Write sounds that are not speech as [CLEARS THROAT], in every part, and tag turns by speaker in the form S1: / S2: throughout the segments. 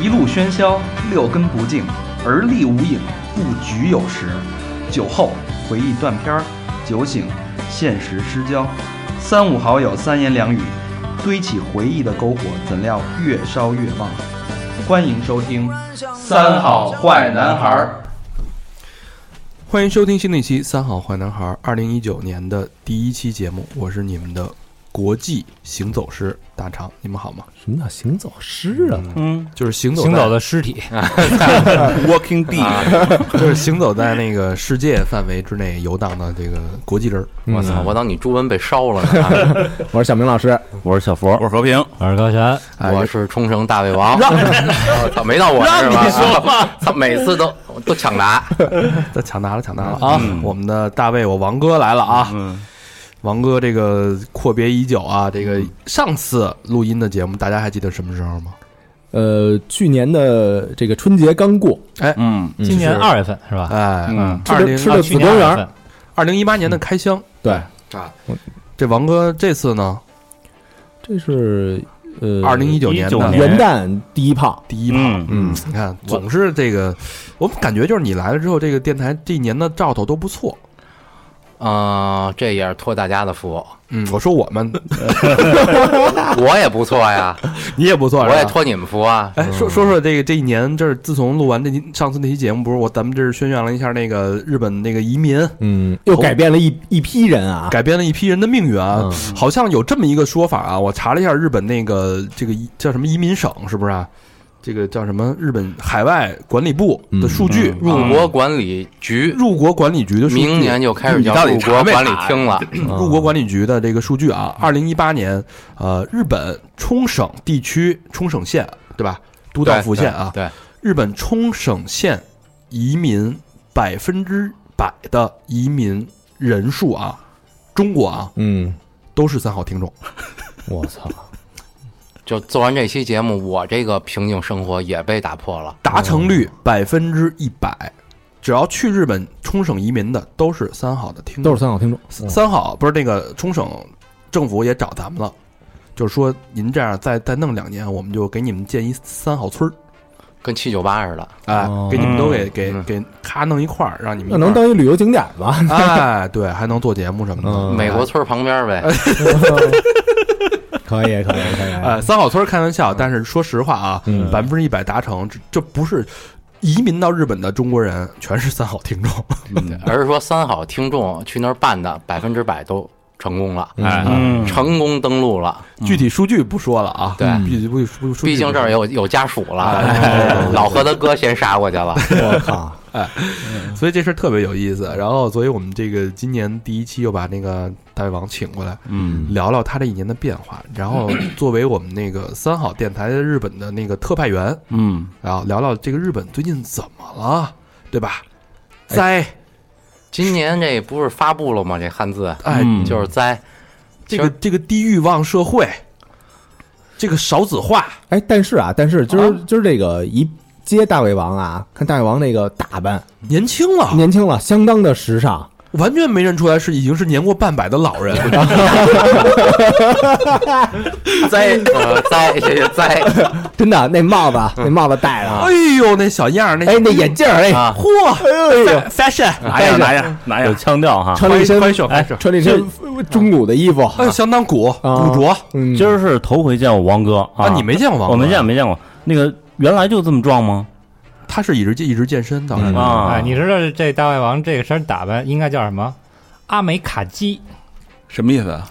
S1: 一路喧嚣，六根不净，而立无影，不局有时。酒后回忆断片儿，酒醒现实失焦。三五好友三言两语，堆起回忆的篝火，怎料越烧越旺。欢迎收听《三好坏男孩儿
S2: 欢迎收听新的一期《三好坏男孩》二零一九年的第一期节目，我是你们的国际行走师大肠，你们好吗？
S3: 什么叫行走诗啊？》。
S1: 嗯，
S2: 就是行走
S4: 行走
S2: 的，
S4: 的
S2: [LAUGHS]
S4: 尸体，
S5: Walking D，
S2: 啊就是行走在那个世界范围之内游荡的这个国际人儿。
S3: 嗯
S6: 我操！我当你朱文被烧了呢，啊
S3: 我是小明老师，
S5: 我是小佛，我是和平，
S4: 我是高璇，
S2: 哎
S6: 我是冲绳大胃王。 [LAUGHS] 我操，没到我是吧？ [LAUGHS] 操，每次都都抢答。
S2: 这抢答了，抢答了啊！我们的大卫，我王哥来了啊！
S5: 嗯，
S2: 王哥这个阔别已久啊，这个上次录音的节目，大家还记得什么时候吗？
S3: 呃，去年的这个春节刚过，
S5: 嗯
S3: 嗯
S4: 今年
S2: 是
S4: 二月份是吧？
S2: 哎，
S5: 嗯
S3: 吃
S2: 二
S3: 的吃
S2: 零
S4: 啊
S3: 的
S4: 去
S3: 子
S4: 年
S3: 宫
S4: 二月
S3: 园，
S4: 份
S2: 二零一八年的开箱，
S3: 对，
S2: 这王哥这次呢，
S3: 这是呃
S2: 二零一九年
S5: 19
S2: 的
S5: 年
S3: 元旦第一炮，
S2: 第一趴。
S5: 嗯
S3: 嗯，
S2: 你看，总是这个，我们感觉就是你来了之后，这个电台这一年的兆头都不错。
S6: 嗯，这也是托大家的福，
S2: 嗯，我说我
S6: [LAUGHS]
S2: 们
S6: 我也不错呀，
S2: 你也不错，
S6: 我也
S2: 是吧
S6: 托你们福啊。
S2: 哎，说说说这个这一年，这是自从录完这期上次那期节目，不是我咱们这是宣扬了一下那个日本那个移民，
S3: 嗯，又改变了一一批人啊，
S2: 改变了一批人的命运啊
S3: 嗯，
S2: 好像有这么一个说法啊，我查了一下日本那个这个移叫什么移民省是不是啊？这个叫什么日本海外管理部的
S6: 嗯
S2: 数据，
S6: 入国管理局
S2: 入国管理局的数据，
S6: 明年就开始叫入国管理厅了。
S2: 入国管理局的这个数据啊，二零一八年，呃，日本冲绳地区冲绳县对吧？都道府县啊，
S6: 对对
S2: 日本冲绳县移民百分之百的移民人数啊，中国啊
S3: 嗯，
S2: 都是三好听众，
S6: 哦
S3: 我操，
S6: 就做完这期节目，我这个平静生活也被打破了。
S2: 达成率百分之一百。只要去日本冲绳移民的都是三好的听众，
S3: 都是三好听众，
S2: 三好不是那个冲绳政府也找咱们了，就是说您这样再再弄两年，我们就给你们建一三好村儿，
S6: 跟七九八似的，
S2: 哎，
S3: 哦
S2: 给你们都给
S5: 嗯
S2: 给
S6: 嗯
S2: 给咔弄一块儿，让你们
S3: 嗯那
S2: 一
S3: 能
S2: 块儿
S3: 当一旅游景点儿
S4: [LAUGHS]
S3: 吧？
S2: 哎，对，还能做节目什么的。
S3: 嗯
S6: 美国村旁边呗。
S3: 可以，可以，可以，
S2: [LAUGHS] 呃，三好村儿开玩笑，但是说实话啊
S3: 嗯，
S2: 百分之一百达成，这这不是移民到日本的中国人全是三好听众，
S6: 而是说三好听众去那儿办的，百分之百都成功了，
S4: 哎，
S5: 嗯
S6: 成功登录了。
S2: 具体数据不说了啊，
S6: 对
S2: 具体不不数据，
S6: 毕竟这儿有有家属
S2: 哎
S6: 了， [LAUGHS] 老何他哥先杀过去了。
S3: 我靠，
S2: 所以这事儿特别有意思。然后，所以我们这个今年第一期又把那个大胃王请过来，
S5: 嗯，
S2: 聊聊他这一年的变化。然后，作为我们那个三好电台的日本的那个特派员，
S5: 嗯，
S2: 然后聊聊这个日本最近怎么了，对吧？
S5: 哎
S2: 灾，
S6: 今年这不是发布了吗？这汉字
S2: 哎，
S5: 嗯
S6: 就是
S4: [LAUGHS]
S6: 灾。
S2: 这个
S6: 其
S2: 这个低欲望社会，这个少子化，
S3: 哎，但是啊，但是今儿今儿这个一接大胃王啊，看大胃王那个打扮，
S2: 年轻了，
S3: 年轻了，相当的时尚，
S2: 完全没认出来是已经是年过半百的
S3: [LAUGHS]
S2: 老人。
S3: 啊
S6: 灾呃灾这些
S4: [LAUGHS]
S6: 灾
S3: 真的，那帽子，啊那帽子戴的，
S2: 哎呦，那小样儿，那
S3: 哎，那眼镜儿，哎，
S6: 啊，
S2: 嚯
S3: 哎呦，
S2: ，fashion，
S1: 嗯
S5: 拿呀拿呀拿呀，有腔调哈，
S3: 穿了一身，
S2: 宽袖，
S4: 哎
S2: 宽袖，
S3: 穿了一身中古的衣服，啊
S2: 哎，相当古古着
S3: 嗯，
S5: 今儿是头回见我王哥
S2: 啊！你没见过王哥？
S5: 我没见没见过，那个原来就这么壮吗？
S2: 他是一直一直健身的，
S3: 嗯
S5: 啊
S4: 哎，，你知道这大胃王这个身打扮应该叫什么？阿美卡基，
S7: 什么意思啊？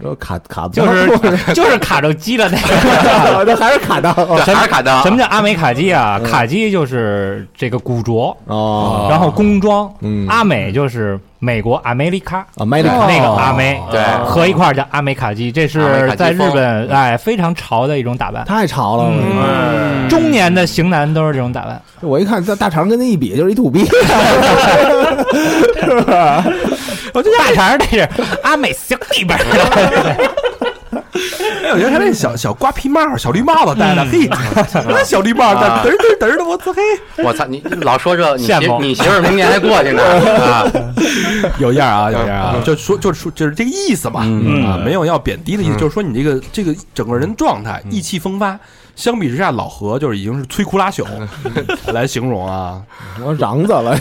S3: 这卡卡
S4: 就是
S5: [LAUGHS]
S4: 就是卡着鸡了那个。
S3: [LAUGHS] 这还是卡裆哦
S6: 对还是卡的
S4: 什么叫阿美卡基
S5: 嗯
S4: 啊？卡基就是这个古着，
S5: 啊
S3: 哦，
S4: 然后工装。
S3: 嗯
S4: 阿美就是美国 America
S3: 啊，麦丽卡
S4: 那个阿美，
S6: 对
S4: 合一块儿叫阿美卡基，这
S6: 阿美
S4: 是
S6: 卡基
S4: 在日
S6: 风
S4: 本哎非常潮的一种打扮。
S3: 太潮了，我
S4: 嗯，中年的型男都是这种打扮。
S3: 我一看这大肠跟他一比就是一土逼，
S4: 我就大肠这是阿美兄弟辈儿的，
S2: 哎，我觉得他那小小瓜皮帽、小绿帽子戴的，嘿， [LAUGHS] 那小绿帽
S6: 啊
S2: 戴嘚儿嘚儿嘚儿的，我操嘿，
S6: 我操，你老说这，你
S4: 羡
S6: 媳
S4: 慕
S6: 你媳妇儿明年还过
S4: [LAUGHS]
S6: 去呢啊！
S2: 有样儿啊，有样儿啊，就说就说就是这个意思嘛，
S5: 嗯
S2: 啊，没有要贬低的意思，就是说你这个这个整个人状态意气风发，相比之下，老何就是已经是摧枯拉朽 [LAUGHS] 来形容啊，
S3: 我瓤子了，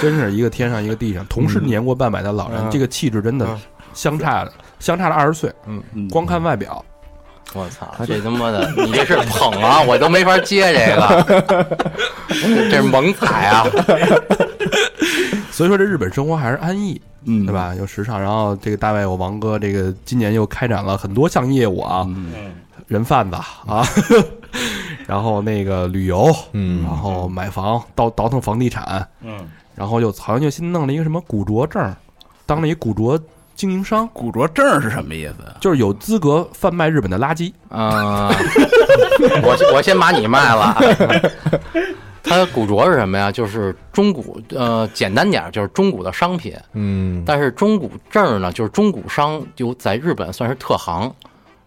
S2: 真是一个天上一个地上，同是年过半百的老人，
S4: 嗯
S2: 这个气质真的
S4: 嗯
S2: 相差了相差了二十岁，
S5: 嗯
S2: 光看外表，
S6: 我操，这他妈的，你这是捧啊，我都没法接这个，
S4: [LAUGHS]
S6: 这是猛踩啊！
S2: 所以说这日本生活还是安逸，
S5: 嗯
S2: 对？吧？又时尚，然后这个大卫有王哥，这个今年又开展了很多项业务啊，
S3: 嗯
S2: 人贩子啊，
S3: [LAUGHS]
S2: 然后那个旅游，
S3: 嗯
S2: 然后买房，倒倒腾房地产，
S5: 嗯，
S2: 然后又好像又新弄了一个什么古着证，当了一古着经营商，
S7: 古着证是什么意思啊？
S2: 就是有资格贩卖日本的垃圾。
S6: 啊，我先我先把你卖 [LAUGHS] 了。它古着是什么呀？就是中古，呃，简单点儿就是中古的商品。
S3: [LAUGHS] 嗯，
S6: 但是中古证呢，就是中古商就在日本算是特行，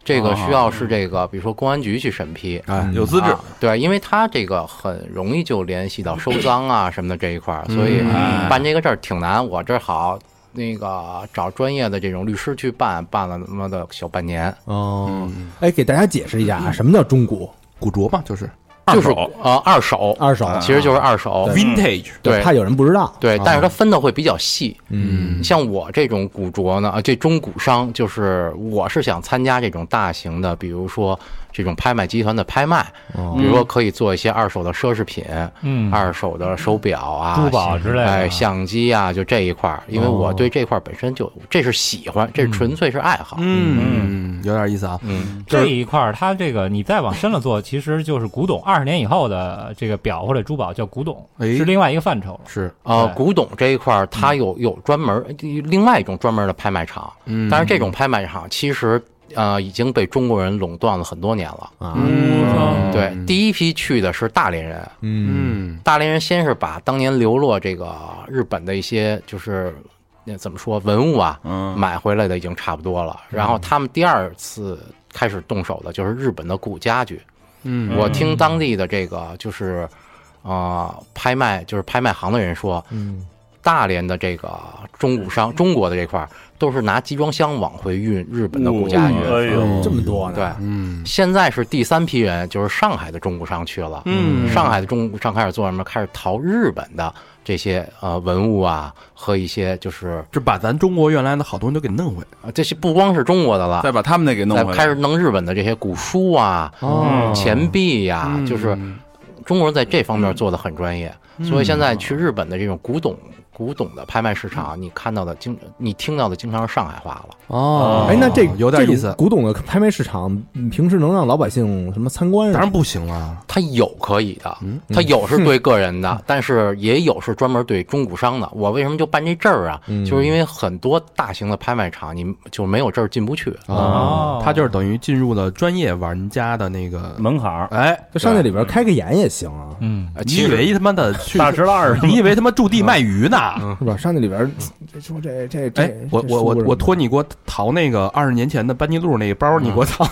S6: 这个需要是这个，比如说公安局去审批。
S2: 哎，
S3: 嗯
S2: 有资质
S6: 哦啊，对，因为它这个很容易就联系到收赃啊什么的这一块儿，所以办这个证儿挺难。我这儿好，那个找专业的这种律师去办，办了他妈的小半年，
S3: 哦，哎，给大家解释一下啊，什么叫中古
S2: 古着嘛，就是
S6: 就是呃二手，
S3: 二手？啊
S6: 其实就是二手，
S3: 嗯
S2: vintage，
S6: 对
S3: 怕有人不知道，
S4: 啊
S3: 啊
S6: 对，但是它分的会比较细。
S3: 嗯
S6: 像我这种古着呢，啊，这中古商就是我是想参加这种大型的，比如说这种拍卖集团的拍卖，
S3: 哦
S6: 比如说可以做一些二手的奢侈品、
S4: 嗯，
S6: 二手的手表啊、
S4: 珠宝之类的
S6: 哎，相机啊，就这一块儿，因为
S3: 哦
S6: 我对这块儿本身就这是喜欢，这纯粹是爱好。
S2: 嗯，有点意思啊。
S4: [LAUGHS]
S6: 嗯
S4: 这一块儿它这个你再往深了做，其实就是古董。二十年以后的这个表或者珠宝叫古董，
S2: 哎
S4: 是另外一个范畴了。
S2: 是，
S6: 呃，
S4: 对
S6: 古董这一块儿，它有有专门儿另外一种专门的拍卖场，
S2: 嗯，
S6: 但是这种拍卖场其实呃已经被中国人垄断了很多年了。
S3: 啊，
S2: 嗯，
S6: 对，第一批去的是大连人，
S3: 嗯
S2: 嗯，
S6: 大连人先是把当年流落这个日本的一些就是那怎么说文物啊，
S7: 嗯，
S6: 买回来的已经差不多了。然后他们第二次开始动手的就是日本的古家具。
S2: 嗯，
S6: 我听当地的这个就是，呃，拍卖就是拍卖行的人说，
S3: 嗯，
S6: 大连的这个中古商，中国的这块儿都是拿集装箱往回运日本的古家具。
S5: 哎呦，
S3: 这么多呢，
S6: 对，
S2: 哦嗯
S6: 现在是第三批人，就是上海的中古商去了。
S2: 嗯
S6: 上海的中古商开始做什么？开始淘日本的这些呃文物啊，和一些就是
S2: 就把咱中国原来的好东西都给弄回来。
S6: 呃这些不光是中国的了
S7: 再，把他们那给弄
S6: 再
S7: 回来。
S6: 开始弄日本的这些古书啊、
S2: 哦
S6: 钱币呀、
S2: 嗯
S6: 就是中国人在这方面做的很专业。所以现在去日本的这种古董、古董的拍卖市场，你看到的经你听到的经常是上海话了。
S2: 哦，
S3: 哎，那这
S2: 有点意
S3: 这
S2: 思
S3: 种，古董的拍卖市场，嗯平时能让老百姓什么参观？啊
S2: 当然不行了。
S6: 它有可以的，它有是对个人的，但是也有是专门对中古商的。我为什么就办这证儿啊？就是因为很多大型的拍卖场，你就没有证儿进不去。
S4: 哦
S2: 他就是等于进入了专业玩家的那个，
S5: 门槛儿
S2: 哎，
S3: 就上那里边开个眼也行啊，
S4: 嗯，
S6: 呃
S2: 你
S6: 其
S2: 以
S6: 实
S2: 为他妈的去
S5: 大石烂儿嗯是吗
S2: [LAUGHS] 你以为他妈驻地卖鱼呢？
S3: 是吧？上那里边，这说这这这
S2: 哎，，我
S3: 这
S2: 我我
S3: 书什么 [LAUGHS]
S2: 我托你给我淘那个二十年前的班尼路那包，
S5: 嗯
S2: 你给我淘。 [LAUGHS]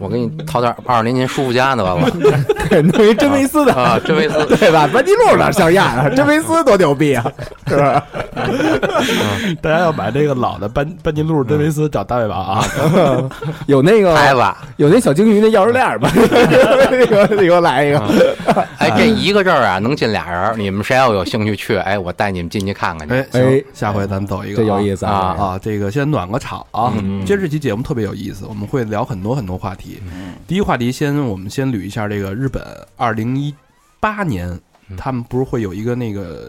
S6: 我给你掏点二十年前舒肤佳的吧，我
S3: 对弄一真维斯的，
S6: 啊，真维斯
S3: [LAUGHS] 对吧？班尼路哪像样
S2: [LAUGHS]
S3: 啊？真维斯多牛逼啊！是吧？
S2: 大家要买这个老的班班尼
S5: 嗯
S2: 路真维斯找大胃王啊！
S3: 有那
S6: 拍
S3: 个
S6: 吧。
S3: 有那小鲸鱼那钥匙链儿吧？
S2: [LAUGHS]
S3: 那个你给我来一个，
S2: 嗯
S6: [LAUGHS] 哎，这一个证儿啊，能进俩人儿，你们谁要有兴趣去？哎，我带啊你们进去看看去。
S2: 哎
S3: 哎
S2: 行，下回咱们走一个
S3: 这
S2: 啊，
S3: 有意思
S6: 啊嗯
S2: 啊，这个先暖个场啊。今天这期节目特别有意思，我们会聊很多很多话题。
S6: 嗯
S2: 第一话题先我们先捋一下这个日本二零一八年，
S6: 嗯
S2: 他们不是会有一个那个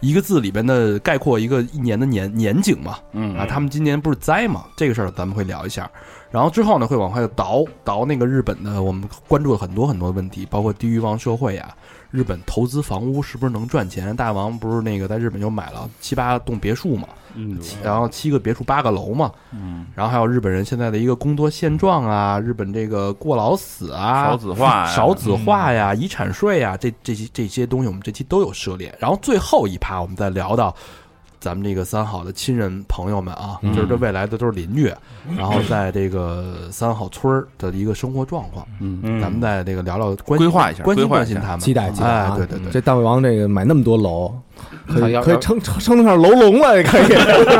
S2: 一个字里边的概括一个一年的年年景嘛？
S7: 嗯
S2: 啊，他们今年不是灾嘛？这个事儿咱们会聊一下。然后之后呢，会往外倒倒那个日本的，我们关注了很多很多问题，包括地域王社会呀、啊日本投资房屋是不是能赚钱？大王不是那个在日本又买
S7: 嗯
S2: 了七八栋别墅嘛，
S5: 嗯
S2: 七然后七个别墅八个楼嘛，嗯，然后还有日本人现在的一个工作现状啊，日本这个过劳死啊，
S7: 少子化呀嗯
S2: 少子化呀，遗啊产税呀，这这些这些东西我们这期都有涉猎。然后最后一趴我们再聊到咱们这个三好的亲人朋友们啊，
S7: 嗯
S2: 就是这未来的都是邻居，然后在这个三好村儿的一个生活状况，
S5: 嗯
S2: 咱们再这个聊聊关
S7: 规划一下
S2: 关
S7: 规
S2: 心
S7: 划一
S2: 关心
S7: 下
S2: 他们，
S3: 期待期待啊！
S2: 哎，对对对，
S3: 这大胃王这个买那么多楼，可以
S6: 要
S3: 可以
S6: 要
S3: 称称称得上楼龙了，可以。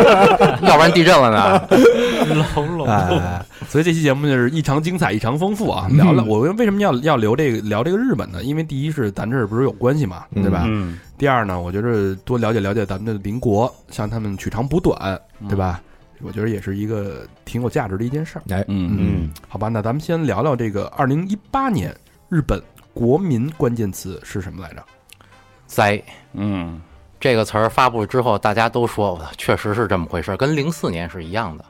S6: [LAUGHS] 要不然地震了呢？
S4: [LAUGHS]
S6: [LAUGHS]
S4: 楼
S3: [LAUGHS]
S4: 楼
S6: 啊
S2: 哎，所以这期节目就是异常精彩、异常丰富啊！聊了我为什么要要聊这个聊这个日本呢？因为第一是咱这儿不是有关系嘛，对吧？
S5: 嗯
S2: 第二呢，我觉得多了解了解咱们的邻国，向他们取长补短，对吧？我觉得也是一个挺有价值的一件事儿。
S3: 哎，
S7: 嗯
S5: 嗯，
S2: 好吧，那咱们先聊聊这个二零一八年日本国民关键词是什么来着？
S6: 灾
S7: 嗯
S6: 这个词儿发布之后，大家都说，我操，确实是这么回事儿，跟零四年是一样的。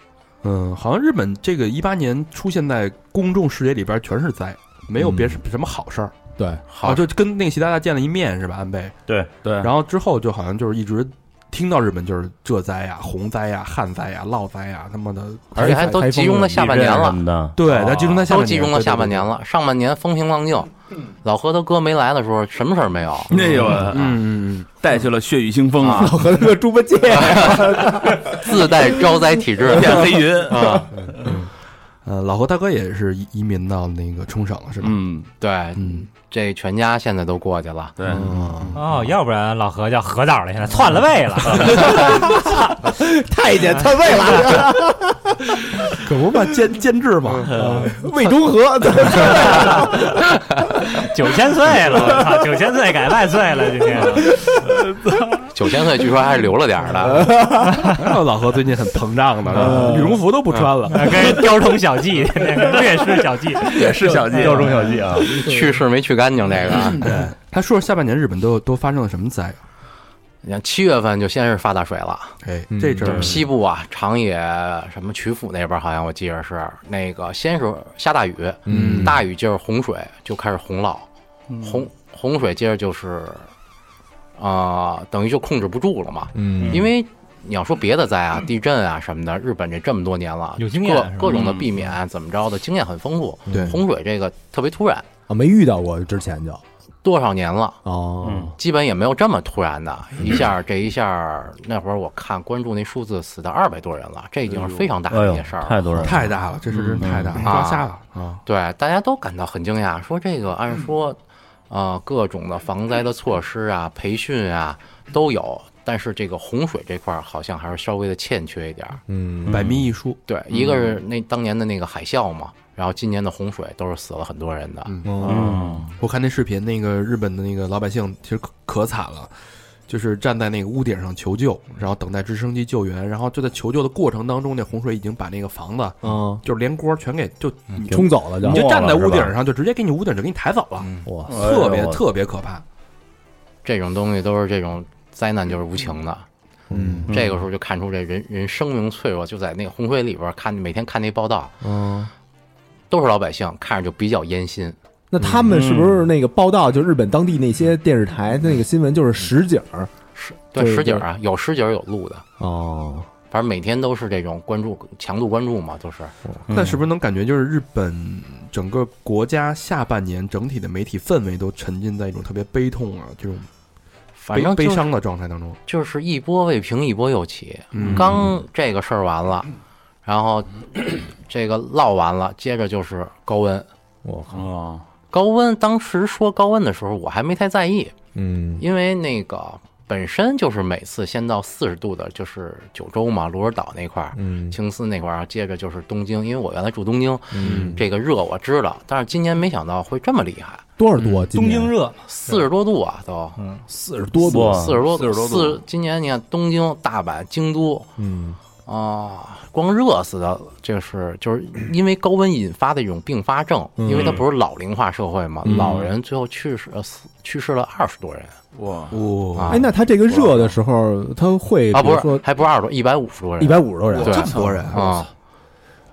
S2: 嗯，好像日本这个一八年出现在公众视野里边全是灾，没有别什么好事儿。
S3: 对，
S2: 啊，
S6: 好，
S2: 就跟那个习大大见了一面是吧？安倍。
S5: 对
S7: 对
S2: 然后之后就好像就是一直听到日本就是浙灾呀、洪灾呀、旱灾呀、涝灾呀，他妈的，
S6: 而且还都
S3: 台风
S6: 集中在下半年
S5: 地震什
S6: 了，
S5: 啊么的，
S2: 对，它集中在下
S6: 都
S2: 半年，
S6: 集中到下半年
S2: 对。
S6: 了。上半年风平浪静，老何他哥没来的时候，什么事儿没有。
S7: 那
S2: 对对对
S7: 个
S2: 嗯嗯
S7: 带去了血雨腥风啊，
S3: 老何那个猪八戒，
S2: 哎
S6: 自带招灾体质
S7: 片黑
S5: [LAUGHS]
S7: 云，
S6: 啊，
S2: 嗯，呃，老何大哥也是移移民到那个冲绳了，是吧？
S7: 嗯，
S6: 对，
S2: 嗯，
S6: 这全家现在都过去了。
S7: 对，
S4: 哦，要不然老何叫何导了，现在篡了位
S6: [LAUGHS]
S4: 了。
S3: 太监篡位
S2: 哎
S3: 了，
S2: 可不嘛，监监制嘛，
S3: 魏忠和，
S2: 哎
S4: 九千岁了，我
S6: [LAUGHS]
S4: 操，九千岁改万岁了，今天。
S6: 九千岁据说还留了点儿的，
S2: 然后老何最近很膨胀的是吧，羽绒服都不穿了。
S4: 跟人雕虫小技，那个略施小技，
S5: 哎
S7: 也是小鸡，
S5: 雕虫小技啊，
S6: 去世没去干净这个。
S2: 对，他说说下半年日本都都发生了什么灾？
S6: 你看七月份就先是发大水了，
S2: 哎
S3: 嗯，
S2: 这阵儿
S6: 西部啊，长野什么曲阜那边好像我记着是那个先是下大雨，
S2: 嗯
S6: 大雨接着洪水就开始洪涝，洪洪水接着就是，呃，等于就控制不住了嘛，
S3: 嗯
S6: 因为。你要说别的灾啊，地震啊什么的，日本这这么多年了，
S4: 有经验是吧嗯
S6: 各各种的避免啊怎么着的经验很丰富。
S2: 对
S6: 洪水这个特别突然，
S3: [LAUGHS] 啊，没遇到过之前就
S6: 多少年了，
S2: 嗯
S3: 哦，
S6: 基本也没有这么突然的，
S5: 嗯
S6: 一下儿这一下儿那会儿我看关注那数字死到二百多人了，这已经是非啊常大
S5: 哎
S6: 的一
S5: 呦
S6: 件事儿，了。
S5: 太多人了，
S2: 太大了，这是真太大了，
S6: 嗯
S2: 抓瞎了啊！
S6: 对，大家都感到很惊讶，说这个按说，呃，各种的防灾的措施啊、培训啊都有，但是这个洪水这块儿好像还是稍微的欠缺一点儿。
S3: 嗯，
S2: 百密一疏，
S6: 对，一个
S5: 嗯
S6: 是那当年的那个海啸嘛，然后今年的洪水都是死了很多人的。
S5: 嗯，
S2: 我看那视频，那个日本的那个老百姓其实可可惨了，就是站在那个屋顶上求救，然后等待直升机救援，然后就在求救的过程当中，那洪水已经把那个房子，
S3: 嗯，
S2: 就是连锅全给就你就
S3: 冲走了
S2: 你
S3: 就，
S2: 就嗯站在屋顶
S5: 没了
S2: 上，就直接给你屋顶就给你抬走了，
S3: 哇，
S2: 特别
S5: 哎呦我
S2: 特别可怕。
S6: 这种东西都是这种灾难，就是无情的。
S2: 嗯，
S6: 这个时候就看出这人人生命脆弱，就在那个洪水里边儿看，每天看那报道，
S3: 嗯，
S6: 都是老百姓，看着就比较烟心。
S3: 那他们是不是那个报道就日本当地那些电视台那个新闻就是实景儿
S6: 是
S3: 就
S6: 对
S3: 是
S6: 实景儿啊，有实景儿有录的，
S3: 哦，
S6: 反正每天都是这种关注强度关注嘛，都是
S2: 那是不是能感觉就是日本整个国家下半年整体的媒体氛围都沉浸在一种特别悲痛啊这种
S6: 反
S2: 悲
S6: 正
S2: 悲
S6: 就是
S2: 伤的状态当中？
S6: 就是一波未平一波又起。
S2: 嗯
S6: 刚这个事儿完了，然后 [COUGHS] 这个涝完了，接着就是高温。
S3: 我靠，
S6: 啊
S7: 哦，
S5: 嗯
S6: 高温当时说高温的时候，我还没太在意，
S3: 嗯
S6: 因为那个本身就是每次先到四十度的，就是九州嘛，鹿儿岛那块儿。
S3: 嗯
S6: 青丝那块儿，然后接着就是东京，因为我原来住东京，
S3: 嗯
S6: 这个热我知道，但是今年没想到会这么厉害，
S3: 多少度啊？今
S4: 东
S3: 年
S4: 京热，
S6: 四十多度啊都，
S3: 四十多度，
S5: 哇
S6: 四十多
S7: 40多度
S6: 四今年你看东京、大阪、京都
S3: 嗯
S6: 啊、光热死的，这是就是因为高温引发的一种并发症，
S3: 嗯
S6: 因为它不是老龄化社会嘛，老人最后去世呃死去世了二十多人
S7: 哇，
S2: 哇，
S6: 啊
S3: 哎，那他这个热的时候，他会
S6: 啊，不
S3: 比如
S6: 是
S3: 说
S6: 还不是二十多，一百五十多人，
S3: 一百五十多人，
S6: 对
S2: 这么多人
S6: 啊，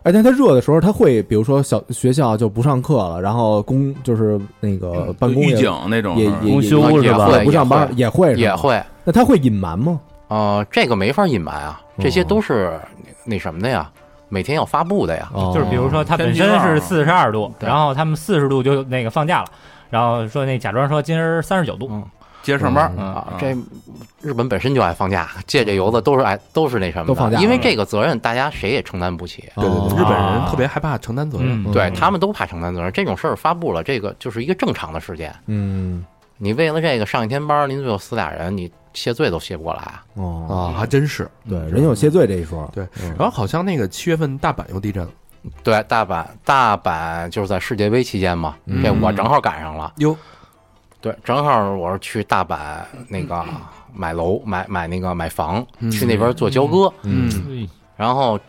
S3: 哎，但他热的时候，他会比如说小学校就不上课了，然后工就是那个办公
S7: 嗯预
S3: 也
S7: 警那种
S3: 也
S7: 是吧
S3: 也
S5: 公
S3: 也
S5: 休是
S6: 也
S5: 吧？
S6: 会
S3: 不上班也会是
S6: 也
S3: 吗，
S6: 会，
S3: 那他会隐瞒吗？
S6: 呃，这个没法隐瞒啊，
S3: 哦
S6: 这些都是那那什么的呀，每天要发布的呀，
S3: 哦
S4: 就是比如说他本身是四十
S5: 哦
S4: 二度，然后他们四十度就那个放假了，然后说那假装说今儿三十九度，
S6: 嗯，
S2: 接着上班。
S3: 嗯
S6: 啊，这日本本身就爱放假，借这由子都是爱都是那什么的，
S3: 都放假
S6: 因为这个责任大家谁也承担不起。
S2: 对对对，
S3: 哦
S2: 日本人特别害怕承担责任。
S4: 嗯
S6: 对他们都怕承担责任，这种事儿发布了，这个就是一个正常的事件。
S3: 嗯
S6: 你为了这个上一天班，您最后死俩人，你谢罪都谢不过来啊！
S3: 哦，
S2: 啊，还真是。
S3: 对，人有谢罪这一说，
S2: 对
S3: 嗯，
S2: 然后好像那个七月份大阪又地震了，
S6: 对，大阪大阪就是在世界杯期间嘛，
S3: 嗯
S6: 这我正好赶上了。
S2: 哟，
S6: 对，正好我是去大阪那个买楼买买那个买房，去那边做交割，
S2: 嗯
S6: 然后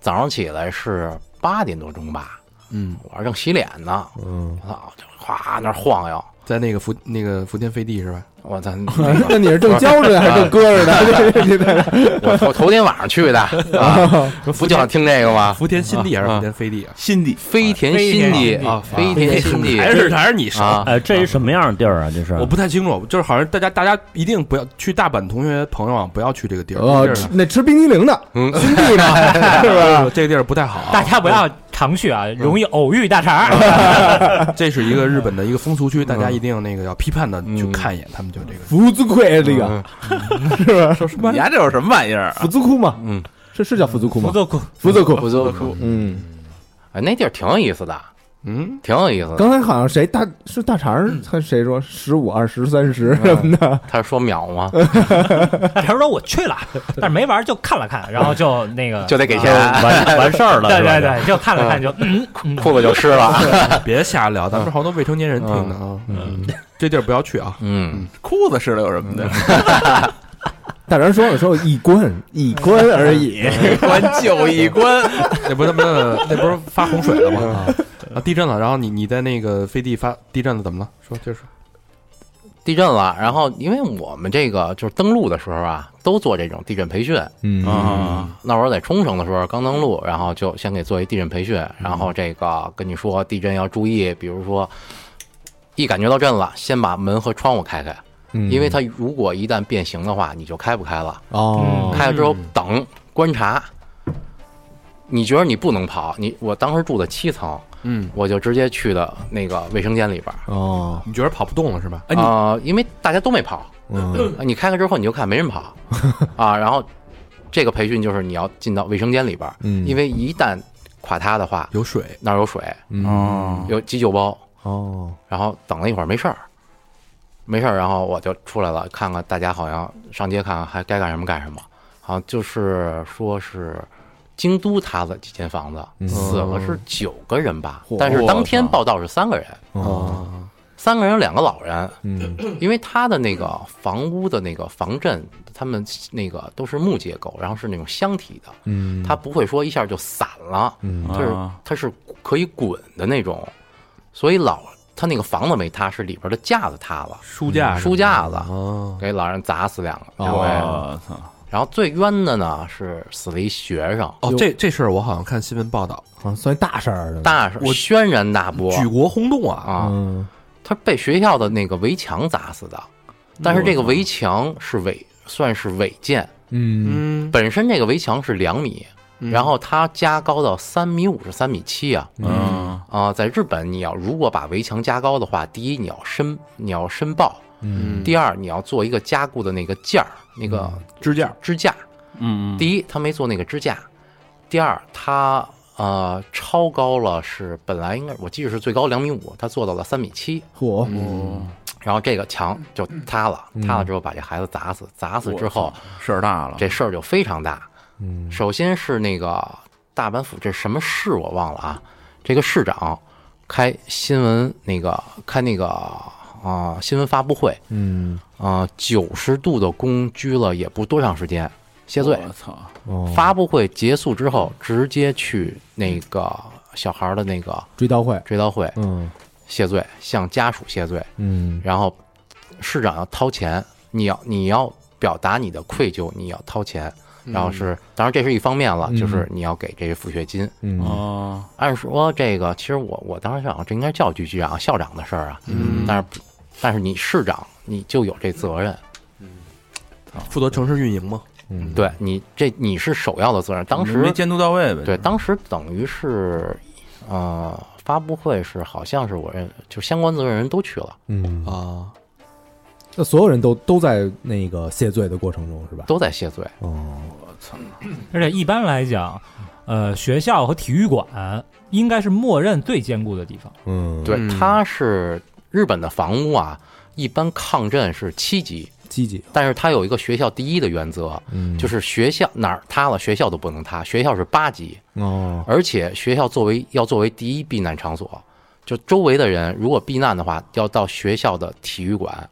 S6: 早上起来是八点多钟吧，
S2: 嗯，
S6: 我正洗脸呢，
S3: 嗯，
S6: 我操，就哗那儿晃悠，
S2: 在那个福那个福建飞地是吧？
S6: 我操！
S3: [LAUGHS] 那你是正浇着呢还是正搁着 [LAUGHS] 呢？这这这
S6: 我头头天晚上去的，啊、不就想听这个吗？
S2: 福田新地还是福田飞地啊？
S7: 心底
S6: 飞田新地啊，飞田新地
S2: 还是还是你说？
S6: 啊，
S5: 哎，这是什么样的地儿啊？这是
S2: 我不太清楚，就是好像大家大家一定不要去大阪，同学朋友啊，不要去这个地儿，
S3: [LAUGHS] 哦
S2: 这个，地
S3: 吃
S2: 儿
S3: 那吃冰激凌的，
S6: 嗯
S3: 兄弟呢？是吧？
S2: 这个地儿不太好啊。
S4: 大家不要常去
S5: 嗯
S4: 啊，容易偶遇大肠。 [LAUGHS]
S2: 这是一个日本的一个风俗区，大家一定那个要批判的去看一眼，他们就这个
S3: [LAUGHS] 福子库这个 [LAUGHS] 是吧？说什么
S7: 你家这有什么玩意儿啊？
S3: 福子库嘛？
S6: 嗯，
S3: 是是叫福子库
S4: 不
S3: 吗？
S4: 做苦，
S3: 福子库，
S6: 不错不错，
S3: 嗯，
S6: 哎，那地儿挺有意思的，
S2: 嗯，
S6: 挺有意思的。
S3: 刚才好像谁大是大肠儿，还谁说十五、二十、三十什么的？
S6: 他说秒吗？
S4: 大肠说我去了，但是没玩儿就看了
S5: [LAUGHS]
S4: 看，然后就那个
S6: [LAUGHS] 就得给钱，
S4: 啊
S5: 完完
S4: [LAUGHS]
S5: 事儿了，
S4: 对
S5: 是吧
S4: 对，对，就看了看就嗯嗯，
S6: 裤子就湿了。
S2: 嗯别瞎聊，咱们好多未成年人听的啊，这地儿不要去
S6: [LAUGHS]
S2: 啊。
S6: 嗯，
S7: 裤子湿了有什么的？
S3: 大肠说了说一关一关而已，
S7: 关就一关，
S2: 那不是那不那不是发洪水了吗？啊，地震了，然后你你在那个飞地发地震了，怎么了？说就是
S6: 地震了，然后因为我们这个就是登陆的时候啊，都做这种地震培训。
S3: 嗯
S6: 嗯
S7: 啊，
S6: 那会儿在冲绳的时候刚登陆，然后就先给做一地震培训，然后这个跟你说地震要注意，比如说一感觉到震了，先把门和窗户开开，
S3: [LAUGHS] 嗯
S6: 因为它如果一旦变形的话，你就开不开了。
S3: 哦，
S6: 开了之后等观察，你觉得你不能跑，你我当时住的七层，
S2: 嗯，
S6: 我就直接去的那个卫生间里边儿。
S3: 哦，
S2: 你觉得跑不动了是吧？
S7: 哎你
S6: 啊、因为大家都没跑，啊
S3: 嗯
S6: 你开开之后你就看没人跑啊，然后这个培训就是你要进到卫生间里边儿，
S3: 嗯
S6: 因为一旦垮塌的话，
S2: 有水，
S6: 那儿有水，
S7: 哦，
S6: 有急救包，
S3: 哦，
S6: 然后等了一会儿没事儿，没事儿，然后我就出来了，看看大家好像上街看看还该干什么干什么，好像就是说是京都塌了几间房子，死了是九个人吧，
S3: 嗯嚯
S6: 但是当天报道是三个人，
S3: 哦，
S6: 三个人有两个老人，
S3: 嗯
S6: 因为他的那个房屋的那个防震，他们那个都是木结构，然后是那种箱体的，
S3: 嗯，
S6: 它不会说一下就散了，
S3: 嗯
S6: 就是
S7: 啊
S6: 它是可以滚的那种，所以老他那个房子没塌，是里边的架子塌了，
S2: 书架是吧
S6: 书架子
S2: 嗯哦，
S6: 给老人砸死两个，
S3: 哦
S6: 对。
S7: 我操，
S6: 然后最冤的呢是死了一学生，
S2: 哦，这这事儿我好像看新闻报道，
S3: 好像算大事儿了，
S6: 大是轩然大波
S2: 举国轰动啊，
S6: 啊，
S3: 嗯
S6: 他被学校的那个围墙砸死的，但是这个围墙是违算是违建，
S3: 嗯
S2: 嗯，
S6: 本身这个围墙是两米，然后它加高到三米五是三米七啊。
S7: 嗯，
S6: 啊、在日本，你要如果把围墙加高的话，第一你要申你要申报，
S3: 嗯
S6: 第二你要做一个加固的那个件儿，那个
S2: 支架
S6: 支架。
S7: 嗯嗯，
S6: 第一，他没做那个支架；第二，他呃超高了，是本来应该我记得是最高两米五，他做到了三米七。
S3: 嚯，
S6: 然后这个墙就塌了，塌了之后把这孩子砸死，砸死之后
S2: 嗯
S7: 事儿大了，
S6: 这事儿就非常大。
S3: 嗯
S6: 首先是那个大阪府这什么市我忘了啊，这个市长开新闻那个开那个啊、新闻发布会
S3: 嗯
S6: 啊，九、十度的躬鞠了也不多长时间，谢罪。
S7: 我操，
S3: 哦，
S6: 发布会结束之后，直接去那个小孩儿的那个
S3: 追悼会，
S6: 追悼会
S3: 嗯
S6: 谢罪，向家属谢罪，
S3: 嗯
S6: 然后市长要掏钱，你要你要表达你的愧疚，你要掏钱。
S7: 嗯
S6: 然后是，当然这是一方面了，就是你要给这些抚恤金。
S3: 嗯
S7: 哦，
S6: 按说这个，其实我我当时想，这应该叫局局长、校长的事儿啊。嗯，但是不但是你市长你就有这责任，
S2: 负责城市运营嘛，
S3: 嗯，
S6: 对你这你是首要的责任。当时
S7: 没监督到位呗，
S6: 对，当时等于是，呃，
S2: 哦
S6: 发布会是好像是我认就相关责任人都去了，
S3: 嗯
S2: 啊，
S3: 那所有人都都在那个谢罪的过程中是吧？
S6: 都在谢罪。
S3: 哦，
S4: 而且一般来讲，呃，学校和体育馆应该是默认最坚固的地方。
S3: 嗯，
S6: 对，它是日本的房屋啊，一般抗震是七级，
S3: 积极，
S6: 但是它有一个学校第一的原则，
S3: 嗯，
S6: 就是学校哪儿塌了，学校都不能塌，学校是八级，
S3: 哦，
S6: 而且学校作为要作为第一避难场所，就周围的人如果避难的话，要到学校的体育馆，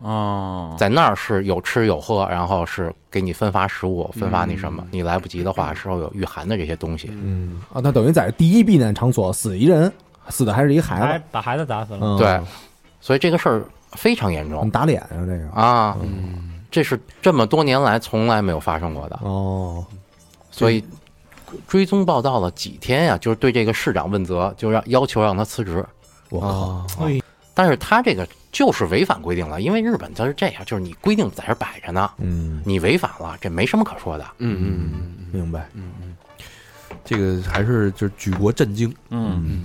S7: 哦，
S6: 在那儿是有吃有喝，然后是给你分发食物，分发那什么，你来不及的话是会有御寒的这些东西。
S3: 嗯啊，那等于在第一避难场所死一人，死的还是一
S4: 还
S3: 孩子，
S4: 哎把孩子砸死了，
S3: 嗯，
S6: 对，所以这个事儿非常严重
S3: 很打脸啊这个，
S6: 啊，这是这么多年来从来没有发生过的，
S3: 哦，
S6: 所以。追踪报道了几天呀、就是对这个市长问责，就让要求让他辞职。
S3: 我
S6: 哦
S3: 靠，
S4: 哎
S6: 但是他这个就是违反规定了，因为日本它是这样，就是你规定在这儿摆着呢，
S3: 嗯，
S6: 你违反了，这没什么可说的。
S3: 明白，
S2: 嗯
S6: 嗯
S2: 这个还是就是举国震惊。
S7: 嗯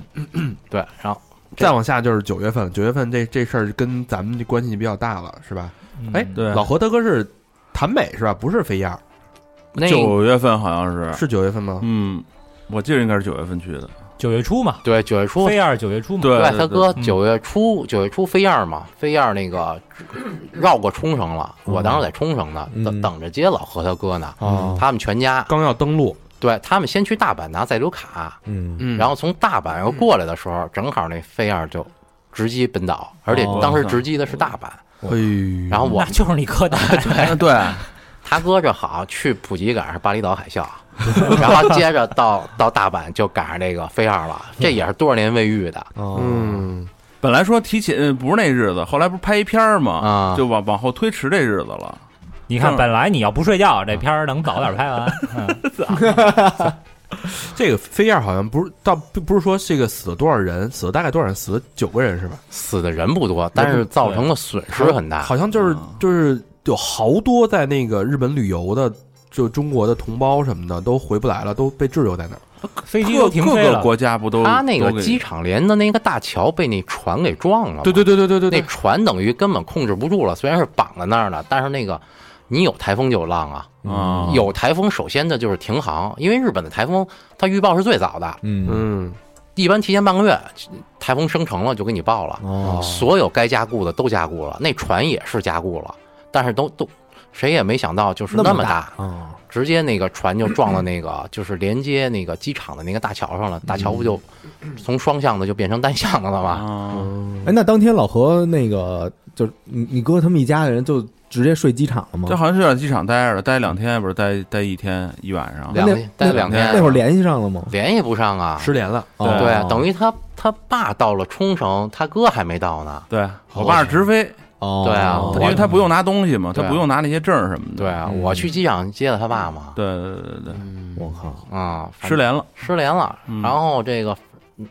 S6: 对，然后
S2: 再往下就是九月份了，九月份这这事儿跟咱们这关系比较大了，是吧？
S5: 嗯
S2: 哎，
S4: 嗯
S7: 对
S2: 老何大哥是潭北是吧？不是肥燕，
S6: 那
S7: 九月份好像是，
S2: 是九月份吗？
S7: 嗯，我记得应该是九月份去的，
S4: 九月初嘛，
S6: 对九月
S5: 哎
S6: 初，
S4: 飞二九月初嘛，
S7: 对
S6: 他哥
S4: 对嗯
S6: 九月初九月初飞燕儿嘛，飞燕儿那个绕过冲绳了，我当时在冲绳呢，
S3: 嗯
S6: 等等着接老何他哥呢，嗯
S3: 哦，
S6: 他们全家，
S2: 刚要登陆，
S6: 对他们先去大阪拿在留卡，
S3: 嗯，
S7: 嗯
S6: 然后从大阪又过来的时候，正好那飞燕儿就直击本岛，而且当时直击的是大阪，
S2: 哎呦，
S6: 然后我
S4: 那就是你哥的。
S7: 啊对，
S6: 他哥这好去普吉赶上巴厘岛海啸，然后接着到到大阪就赶上这个飞二了，这也是多少年未遇的。
S3: 哦，
S2: 嗯，
S7: 本来说提前呃不是那日子，后来不是拍一片儿嘛
S6: 啊，
S7: 就往往后推迟这日子了。
S4: [LAUGHS] 你看，本来你要不睡觉，这片儿能早点拍完。嗯
S2: 这个飞燕好像不是到不不是说这个死了多少人，死了大概多少人？死了九个人是吧？
S6: 死的人不多，但是造成的损失很大。嗯
S2: 好像就是就是有好多在那个日本旅游的，就中国的同胞什么的都回不来了，都被滞留在那儿。
S4: 飞机
S7: 各
S4: 都停
S7: 各
S4: 飞
S7: 个
S4: 了，
S7: 国家不都
S6: 他那个
S7: 都给
S6: 机场连的那个大桥被那船给撞了，
S2: 对对，对对对对
S6: 那
S2: 对，
S6: 船等于根本控制不住了，虽然是绑在那儿的，但是那个你有台风就有浪啊。
S7: 啊
S6: 有台风，首先的就是停航，因为日本的台风它预报是最早的，
S3: 嗯，
S2: 嗯，
S6: 一般提前半个月，台风生成了就给你报了。
S3: 哦，
S6: 所有该加固的都加固了，那船也是加固了，但是都都谁也没想到就是那么大，
S3: 啊，
S6: 直接那个船就撞到那
S7: [CLEARS THROAT]
S6: 个就是连接那个机场的那个大桥上了，大桥不就从双向的就变成单向的了吗？
S7: 嗯啊
S6: 嗯
S3: 哎，那当天老何那个就是你你哥他们一家的人就直接睡机场了吗
S7: 这？好像是在机场待着的，待两天，不是待待一天一晚上。
S6: 两
S3: 那
S6: 待
S3: 那
S6: 两天
S3: 那会儿联系上了吗？
S6: 联系不上啊。
S2: 失联了，
S3: 哦
S6: 对，啊等于他他爸到了冲绳，他哥还没到呢。
S7: 对我爸是直飞，
S3: 哦，
S6: 对啊
S7: 因为他不用拿东西嘛，他
S6: 对啊
S7: 不用拿那些证儿什么的。
S6: 对啊，我去机场接了他爸嘛。
S7: 嗯对对对对对，
S3: 我靠，
S6: 啊，反
S7: 失联了。
S6: 失联了
S7: 嗯，
S6: 然后这个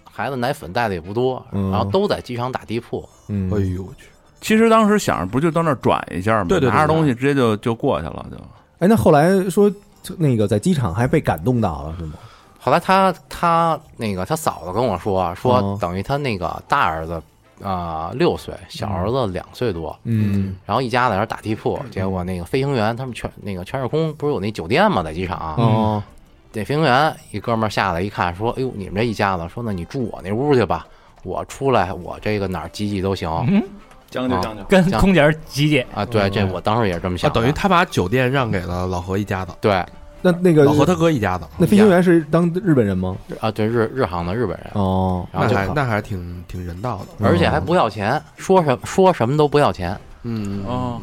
S6: 孩子奶粉带的也不多，
S3: 嗯
S6: 然后都在机场打地铺。
S3: 嗯
S2: 哎，呦我去，
S7: 其实当时想着不就到那儿转一下嘛，
S2: 对对对
S7: 拿着东西直接就就过去了，就
S3: 哎，那后来说就那个在机场还被感动到了是吗？
S6: 后来他他那个他嫂子跟我说，
S3: 哦
S7: 嗯
S6: 说等于他那个大儿子啊六、岁，小儿子两岁多，
S3: 嗯，
S6: 然后一家在那儿打地铺，
S2: 嗯
S6: 结果那个飞行员他们全那个全日空不是有那酒店吗？在机场，啊
S2: 嗯
S3: 哦，
S6: 那飞行员一哥们儿下来一看，说：“哎呦，你们这一家子，说那你住我那屋去吧，我出来我这个哪儿挤挤都行。
S2: 嗯
S7: 将
S6: 就将
S7: 就。
S4: 跟空姐儿集结。
S6: 啊。”对，这我当时也是这么
S2: 啊，
S6: 想的、
S2: 等于他把酒店让给了老何一家子，
S6: 对
S3: 那那个
S2: 老何他哥一家子，
S3: 那飞行员是当日本人吗？
S6: 啊，对日日航的日本人，
S3: 哦，
S6: 然后
S2: 那
S6: 就
S2: 还
S6: 跑
S2: 那还挺挺人道的，
S6: 而且还不要钱，说什说什么都不要钱。
S2: 嗯
S7: 哦，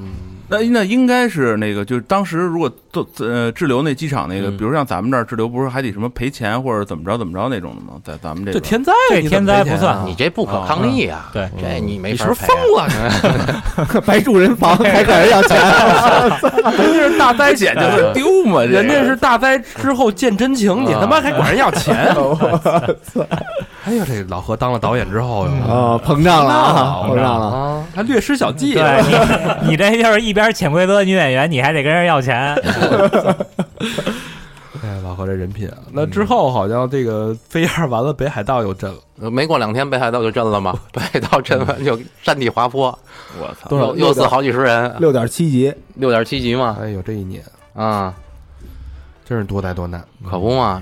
S7: 那那应该是那个，就是当时如果都呃滞留那机场那个，
S2: 嗯
S7: 比如像咱们这儿滞留，不是还得什么赔钱或者怎么着怎么着那种的吗？在咱们这
S2: 这
S7: 边
S2: 天灾
S4: 这
S2: 你怎
S4: 天
S2: 么
S4: 灾
S2: 赔
S4: 不
S2: 钱
S4: 算
S2: 啊
S6: 你这不可抗力啊！
S4: 对，
S6: 这你
S2: 嗯
S6: 没
S2: 你是不是
S6: 法赔啊
S2: 疯了？
S6: [LAUGHS]
S3: 白住人房还管人要钱，
S7: 人家是大
S2: [LAUGHS]
S7: 灾险就是丢嘛，
S2: 人家是大灾之后见真情，你他妈还管人要 [LAUGHS] 钱？哎呦，这老何当了导演之后哟，
S3: 啊，膨胀了啊，
S2: 膨
S3: 膨
S2: 胀
S3: 胀了，
S6: 啊！
S2: 还略施小计。啊
S4: 对你，你这就是一边潜规则女演员，你还得跟人要钱。
S2: 哎，老操和这人品啊！那之后好像这个飞燕完了，北海道又震了，
S6: 没过两天北海道就震了
S2: [LAUGHS]
S6: 嘛，北海道震完就山体滑坡，
S7: 我操，
S3: 多少
S6: 又又死
S3: 点
S6: 好几十人，啊
S3: 六点七级，
S6: 六点七级嘛，
S2: 哎呦，这一年
S6: 啊、
S2: 真是多灾多难。
S6: 可不嘛。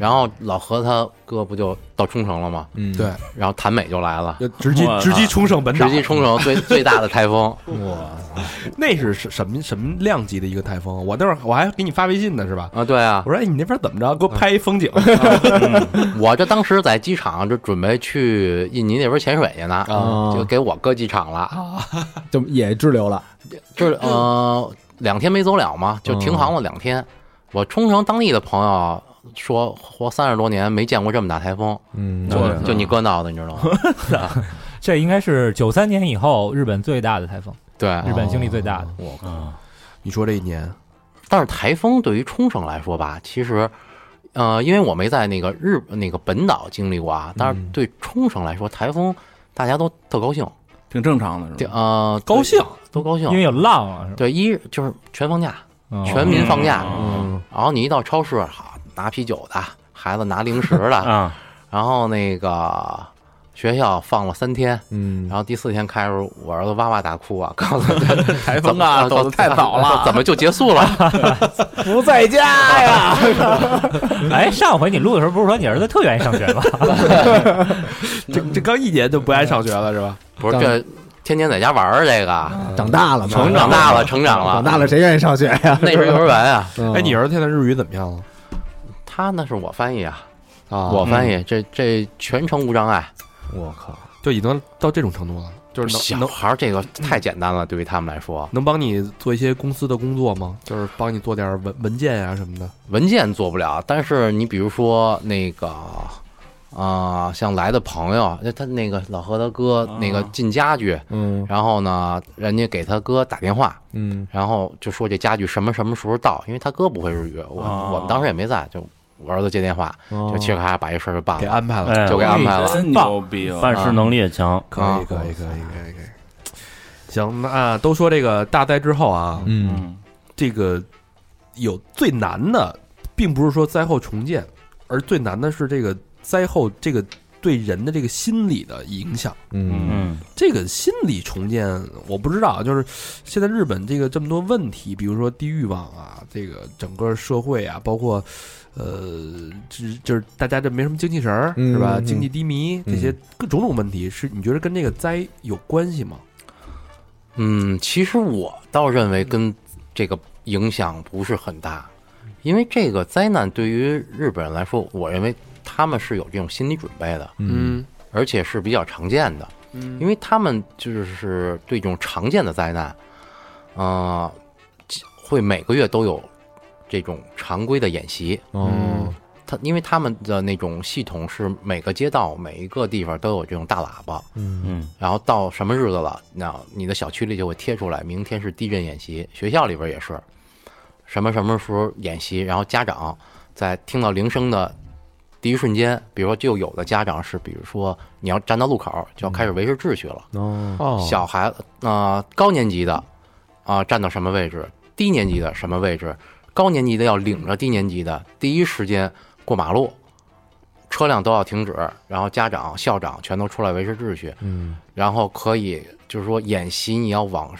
S6: 然后老何他哥不就到冲绳了吗？
S3: 嗯，
S2: 对，
S6: 然后谭美就来了，
S2: 就直击
S7: 我操
S2: 直击冲绳本岛
S6: 直，击冲绳最最大的台风，
S2: 那是什什么什么量级的一个台风？啊我那会儿我还给你发微信呢，是吧？
S6: 啊，对啊
S2: 我，说，哎，你那边怎么着？给我拍一 [LAUGHS] 风景。
S6: 我这当时在机场就准备去印尼那边潜水去呢，
S3: 啊
S6: 就给我搁机场了，
S3: 就也滞留了，
S6: 这呃两天没走了嘛，就停航了两天。我冲绳当地的朋友说，活三十多年没见过这么大台风，
S3: 嗯
S7: 我
S6: 就就你哥闹的，你知道吗？
S4: 这应该是九三年以后日本最大的台风，
S6: 对，
S4: 日本经历最大的。
S2: 你说这一年，
S6: 但是台风对于冲绳来说吧，其实，呃，因为我没在那个日那个本岛经历过啊，但是对冲绳来说，台风大家都特高兴，
S7: 挺正常的是
S6: 对
S7: 吧？
S6: 呃，
S2: 高兴
S6: 都高兴
S4: 因，为有浪啊，是吧
S6: 对，一就是全放假，
S4: 嗯？
S6: 全民放假，
S3: 嗯
S6: 然后你一到超市，好拿啤酒的，孩子拿零食的，
S5: 啊，
S6: [LAUGHS] 然后那个学校放了三天，
S3: 嗯
S6: 然后第四天开始，我儿子哇哇大哭啊，告诉他台
S7: 风啊走得太早了，
S6: 怎么就结束了？
S3: 不在家呀，
S4: 哎，上回你录的时候不是说你儿子特愿意上学吗？
S2: 这这刚一年就不爱上学了是吧？
S6: 不是这天天在家玩儿这个，
S3: 长大了嘛，
S6: 成长大了，成长了，
S3: 嗯长大了，谁愿意上学呀？嗯
S6: [LAUGHS] 那是幼儿园啊，
S2: 哎，你儿子现在日语怎么样啊了？
S6: 他那是我翻译啊，
S2: 啊，
S6: 我翻译，这这全程无障碍。
S3: 我靠，
S2: 就已经到这种程度了，就是
S6: 小
S2: 能嗯能
S6: 孩儿这个太简单了，对于他们来说，
S2: 能帮你做一些公司的工作吗？就是帮你做点文文件呀、什么的。
S6: 文件做不了，但是你比如说那个。啊、像来的朋友，那他那个老何他哥
S2: 啊
S6: 那个进家具，
S3: 嗯
S6: 然后呢，人家给他哥打电话，
S3: 嗯
S6: 然后就说这家具什么什么时候到，因为他哥不会日语，我、
S7: 哦
S6: 我们当时也没在，就我儿子接电话，就嘁咔咔把这事儿就办
S2: 哦给
S6: 了，
S2: 安排了。
S5: 哎
S6: 就，给安排了。
S7: 真牛逼哦了！
S5: 办事能力也强，
S2: 可
S6: 啊
S2: 以，可以，可以，可以，可以。行，那、啊、都说这个大灾之后啊，
S3: 嗯
S7: 嗯，
S2: 这个有最难的，并不是说灾后重建，而最难的是这个灾后这个对人的这个心理的影响。
S3: 嗯
S5: 嗯，
S2: 这个心理重建，我不知道，就是现在日本这个这么多问题，比如说地域网啊，这个整个社会啊，包括呃，这就是大家这没什么精气神儿，
S3: 嗯
S2: 是吧？
S3: 嗯
S2: 经济低迷这些各种种问题，是你觉得跟这个灾有关系吗？
S6: 嗯，其实我倒认为跟这个影响不是很大，因为这个灾难对于日本人来说，我认为他们是有这种心理准备的，
S2: 嗯
S6: 而且是比较常见的，
S2: 嗯
S6: 因为他们就是对这种常见的灾难，呃，会每个月都有这种常规的演习。
S3: 哦
S6: 他因为他们的那种系统是每个街道每一个地方都有这种大喇叭，
S3: 嗯
S5: 嗯
S6: 然后到什么日子了，那你的小区里就会贴出来，明天是地震演习，学校里边也是，什么什么时候演习，然后家长在听到铃声的第一瞬间，比如说就有的家长是，比如说你要站到路口就要开始
S3: 嗯
S6: 维持秩序了，
S3: 哦
S2: 哦
S6: 小孩子呃高年级的啊、站到什么位置，低年级的什么位置，高年级的要领着低年级的第一时间过马路，车辆都要停止，然后家长、校长全都出来维持秩序，
S3: 嗯
S6: 然后可以就是说演习你要往，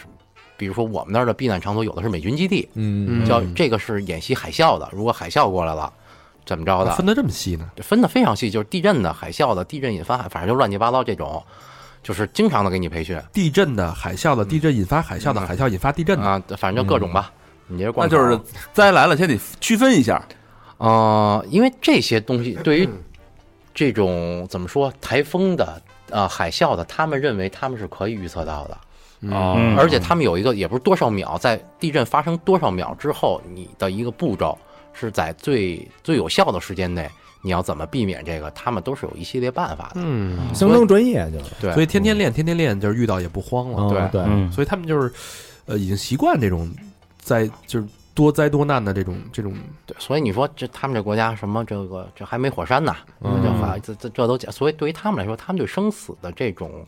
S6: 比如说我们那儿的避难场所有的是美军基地，
S3: 嗯
S6: 叫这个是演习海啸的，如果海啸过来了，怎么着的，
S2: 啊分得这么细呢？
S6: 分的非常细，就是地震的、海啸的、地震引发，反正就乱七八糟这种，就是经常的给你培训。
S2: 地震的、海啸的、地震引发海啸的、海啸引发地震的，
S6: 啊，反正就各种吧。你这
S7: 嗯那
S6: 光
S7: 就是灾来了，先得区分一下。
S6: 呃，因为这些东西对
S7: 嗯
S6: 于这种怎么说台风的呃海啸的，他们认为他们是可以预测到的，
S7: 哦
S5: 嗯
S6: 而且他们有一个也不是多少秒，在地震发生多少秒之后，你的一个步骤是在最最有效的时间内，你要怎么避免这个，他们都是有一系列办法的。
S2: 嗯，
S3: 相当专业就是，
S6: 对，
S2: 所以天天练，天天练，就是遇到也不慌了。
S3: 哦
S6: 对
S3: 对，
S5: 嗯，
S2: 所以他们就是，呃，已经习惯这种灾，就是多灾多难的这种这种，
S6: 对，所以你说这他们这国家什么这个这还没火山呢，
S3: 嗯
S6: 这还这这这都讲，所以对于他们来说，他们对生死的这种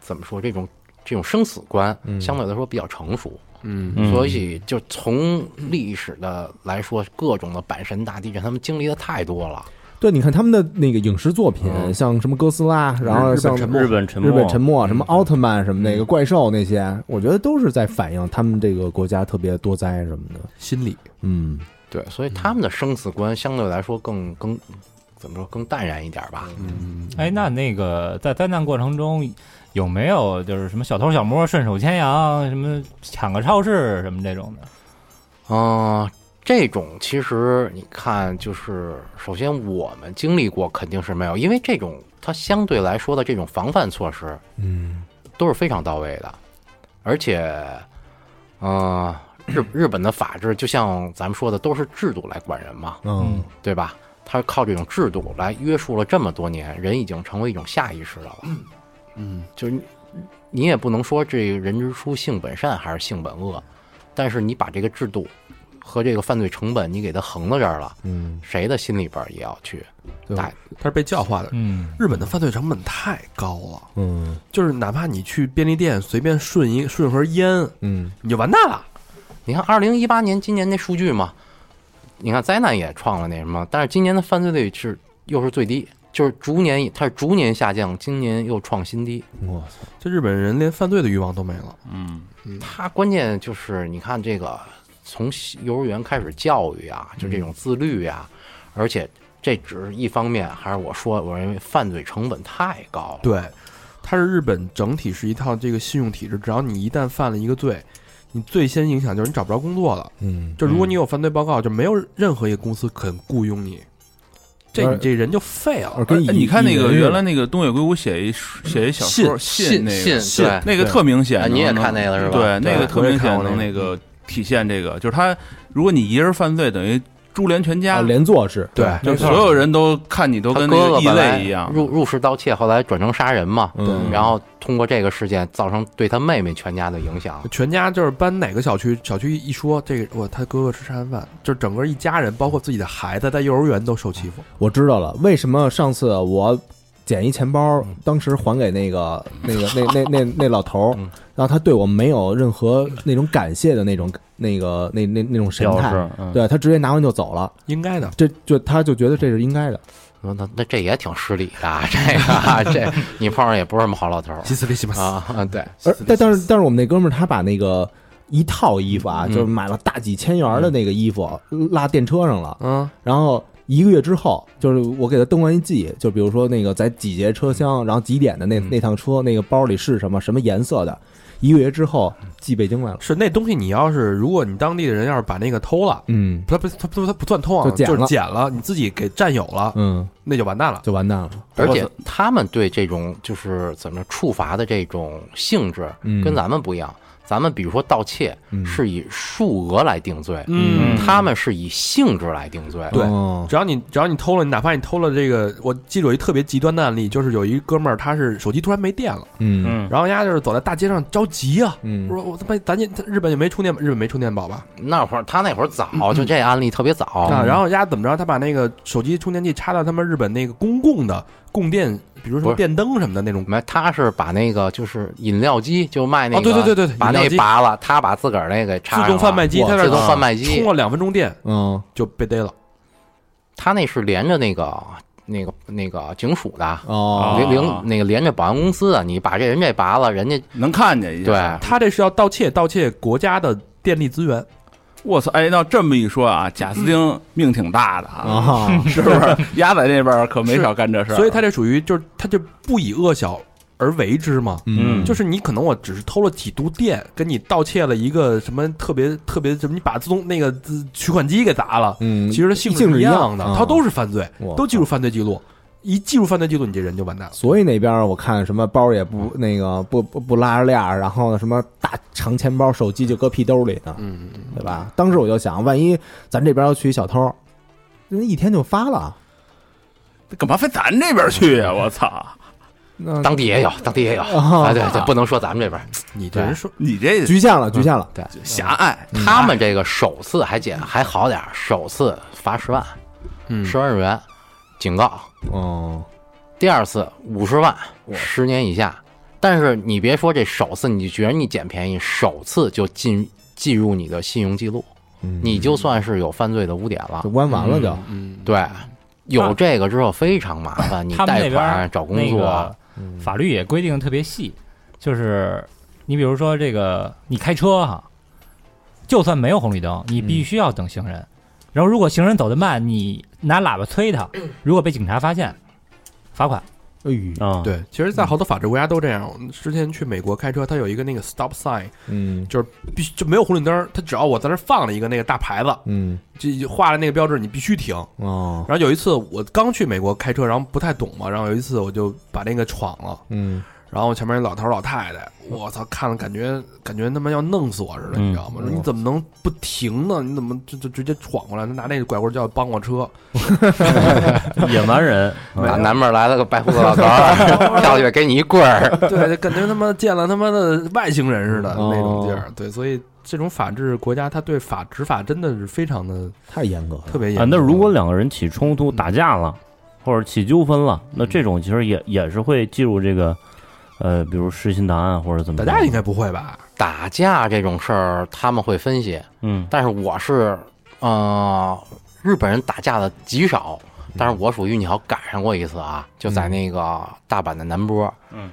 S6: 怎么说这种这种生死观，相对来说比较成熟。
S2: 嗯
S5: 嗯
S6: 所以就从历史的来说，各种的阪神大地震，他们经历的太多了。
S3: 对，你看他们的那个影视作品，像什么哥斯拉，然后像
S5: 日本沉没，
S3: 日本
S4: 哦
S3: 沉没，什么奥特曼什么那个怪兽那些，我觉得都是在反映他们这个国家特别多灾什么的。
S2: 心理
S3: 嗯，
S6: 对，所以他们的生死观相对来说更更怎么说更淡然一点吧。
S2: 嗯
S4: 哎，那那个在灾难过程中有没有就是什么小偷小摸、顺手牵羊、什么抢个超市什么这种的？
S6: 嗯、这种其实你看，就是首先我们经历过肯定是没有，因为这种它相对来说的这种防范措施，
S3: 嗯，
S6: 都是非常到位的，而且，嗯、日日本的法治就像咱们说的，都是制度来管人嘛，
S3: 嗯，
S6: 对吧？它靠这种制度来约束了这么多年，人已经成为一种下意识的了。嗯，就是你你也不能说这人之初性本善还是性本恶，但是你把这个制度和这个犯罪成本你给它横到这儿了，
S3: 嗯，
S6: 谁的心里边也要去
S3: 对
S6: 打。
S2: 他是被教化的。
S4: 嗯，
S2: 日本的犯罪成本太高了，
S3: 嗯
S2: 就是哪怕你去便利店随便顺一顺盒烟，
S3: 嗯，
S2: 你就完蛋了。
S6: 你看，二零一八年今年那数据嘛，你看灾难也创了那什么，但是今年的犯罪率是又是最低，就是逐年它是逐年下降，今年又创新低。
S3: 我操，
S2: 这日本人连犯罪的欲望都没了。
S1: 嗯，
S6: 它关键就是你看这个从幼儿园开始教育啊，就这种自律啊，而且这只是一方面，还是我说我认为犯罪成本太高了。
S2: 对，它是日本整体是一套这个信用体制，只要你一旦犯了一个罪，你最先影响就是你找不着工作了。
S3: 嗯，
S2: 就如果你有犯罪报告，就没有任何一个公司肯雇佣你，这
S3: 而
S2: 你这人就废了
S3: 而。跟
S7: 哎你看那个
S3: 蚁人
S7: 原来那个东野圭吾写一写一小说《信》那个
S6: 信对
S7: 那个特明显
S6: 啊，
S7: 能，
S6: 你也
S7: 能
S6: 看那个了是吧？
S7: 对，那个特明显
S2: 我也看过那个
S7: 能那个体现这个，就是他，如果你一人犯罪，等于株连全
S3: 啊
S7: 家，
S3: 连坐制，
S2: 对，
S7: 就所有人都看你都
S6: 他
S7: 跟
S6: 哥
S7: 那
S6: 哥
S7: 个异
S6: 本来
S7: 类一样。
S6: 入入室盗窃，后来转成杀人嘛，
S3: 嗯
S6: 然后通过这个事件造成对他妹妹全家的影响。
S2: 全家就是搬哪个小区，小区一说这个，我他哥哥吃杀人犯，就是整个一家人，包括自己的孩子，在幼儿园都受欺负。
S3: 我知道了，为什么上次我捡一钱包，当时还给那个那个那那那那老头儿，然后他对我没有任何那种感谢的那种那个那那那种神
S5: 表
S3: 态，
S5: 示，嗯
S3: 对他直接拿完就走了，
S2: 应该的，
S3: 这就他就觉得这是应该的。
S6: 那那那这也挺失礼的啊，这个啊这你碰上也不是什么好老头儿
S2: 西斯利西马斯，
S6: 啊啊，对，
S3: 而但但是但是我们那哥们儿他把那个一套衣服啊，就是买了大几千元儿的那个衣服，拉电车上了，
S2: 嗯，
S3: 然后一个月之后，就是我给他登完一记，就比如说那个在几节车厢，然后几点的那那趟车，那个包里是什么什么颜色的，一个月之后寄北京来了，
S2: 是那东西你要是如果你当地的人要是把那个偷了，
S3: 嗯
S2: 他不他不他不算偷啊，
S3: 就捡
S2: 就是
S3: 了
S2: 捡了，你自己给占有了，
S3: 嗯，
S2: 那就完蛋了。
S3: 就完蛋了，
S6: 而且他们对这种就是怎么处罚的这种性质
S3: 嗯
S6: 跟咱们不一样，咱们比如说盗窃
S3: 嗯
S6: 是以数额来定罪，
S2: 嗯
S6: 他们是以性质来定罪。
S2: 对
S3: 哦
S2: 只要你只要你偷了，你哪怕你偷了这个，我记得有一特别极端的案例，就是有一哥们儿他是手机突然没电了，
S3: 嗯
S2: 然后人家就是走在大街上着急啊，
S3: 嗯
S2: 说我他妈咱家日本也没充电，日本没充电宝吧？
S6: 那会儿他那会儿早，就这案例特别早，
S2: 嗯啊，然后人家怎么着，他把那个手机充电器插到他们日本那个公共的供电，比如
S6: 不
S2: 说
S6: 是
S2: 电灯什么的那种。
S6: 没，他是把那个就是饮料机，就卖那个，
S2: 哦对对对对对
S6: 把
S2: 饮
S6: 那
S2: 料机
S6: 拔了，他把自个儿那个插
S2: 自
S6: 上
S2: 动
S6: 了
S2: 贩卖机，
S3: 哇
S2: 他在
S6: 自
S2: 那
S6: 动
S2: 儿
S6: 贩卖机
S2: 充，了两分钟电
S3: 嗯
S2: 就被逮了。
S6: 他那是连着那个那个那个警署
S2: 啊
S6: 的，
S3: 哦，
S6: 连连那个连着保安公司的，你把这人这拔了，人家
S7: 能看见一下。
S6: 对，
S2: 他这是要盗窃，盗窃国家的电力资源。
S7: 我操！哎，那这么一说啊，贾斯汀命挺大的啊，
S3: 啊，
S7: [LAUGHS] 是不是？鸭仔那边儿可没少干这事儿。
S2: 所以他这属于就是他就不以恶小而为之嘛。
S3: 嗯
S2: 就是你可能我只是偷了几度电，跟你盗窃了一个什么特别特别什么，你把自动那个自取款机给砸了，
S3: 嗯，
S2: 其实它性质是一样的
S3: 性质一样，
S2: 它都是犯罪
S3: 哇，
S2: 都进入犯罪记录。一进入犯罪记录，你这人就完蛋了。
S3: 所以那边我看什么包也不那个不不不拉着链儿，然后呢什么大长钱包、手机就搁屁兜里呢，
S2: 嗯，
S3: 对吧？当时我就想，万一咱这边要去一小偷，那一天就发了，
S7: 干嘛非咱这边儿去呀？我操！
S4: 啊
S3: 那
S6: 当地也有，当地也有
S3: 哦
S6: 啊，对对，不能说咱们这边儿，
S2: 你这人说
S7: 你这
S3: 局限
S6: 嗯
S3: 了，局限了。
S7: 狭隘，嗯
S6: 他们这个首次还减还好点儿，首次罚十万，
S2: 嗯
S6: 十万日元，警告，
S3: 哦，
S6: 第二次五十万，十年以下。但是你别说这首次，你觉得你捡便宜，首次就进记入你的信用记录，你就算是有犯罪的污点了
S3: 嗯就。弯完了就，
S2: 嗯，
S6: 对，有这个之后非常麻烦，你
S4: 啊他们
S6: 贷
S4: 那边儿
S6: 款找工
S4: 那
S6: 作啊
S4: 个，
S3: 嗯
S6: 嗯
S4: 法律也规定得特别细，就是你比如说这个你开车哈，就算没有红绿灯，你必须要等行人。然后如果行人走得慢，你拿喇叭催他，如果被警察发现，罚款。
S3: 哎呦，
S5: 啊，
S2: 对，其实，在好多法治国家都这样。我们之前去美国开车，它有一个那个 stop sign，
S3: 嗯
S2: 必须就没有红绿灯儿，它只要我在那儿放了一个那个大牌子，
S3: 嗯
S2: 就就画了那个标志，你必须停。
S3: 哦，
S2: 然后有一次我刚去美国开车，然后不太懂嘛，然后有一次我就把那个闯了，
S3: 嗯
S2: 然后前面一老头儿老太太，我操，看了感觉感觉他妈要弄死我似的，你知道吗？说你怎么能不停呢？你怎么就就直接闯过来？他拿那个拐棍儿就要帮我车，
S5: 野蛮人，
S6: 啊南边来了个白胡子老
S4: [LAUGHS]
S6: 头儿，跳起来给你一棍儿，
S5: [LAUGHS]
S2: 对，感觉他妈见了他妈的外星人似的
S3: 哦
S2: 那种劲儿。对，所以这种法治国家，他对法执法真的是非常的
S3: 太严格了，
S2: 特别严
S5: 啊，
S2: 格。
S5: 那如果两个人起冲突、打架了，或者起纠纷了，那这种其实也也是会进入这个，呃，比如失信档案或者怎么
S2: 打
S5: 着。
S2: 架应该不会吧？
S6: 打架这种事儿他们会分析，
S5: 嗯
S6: 但是我是，呃，日本人打架的极少，但是我属于你好赶上过一次啊，就在那个大阪的南波，嗯，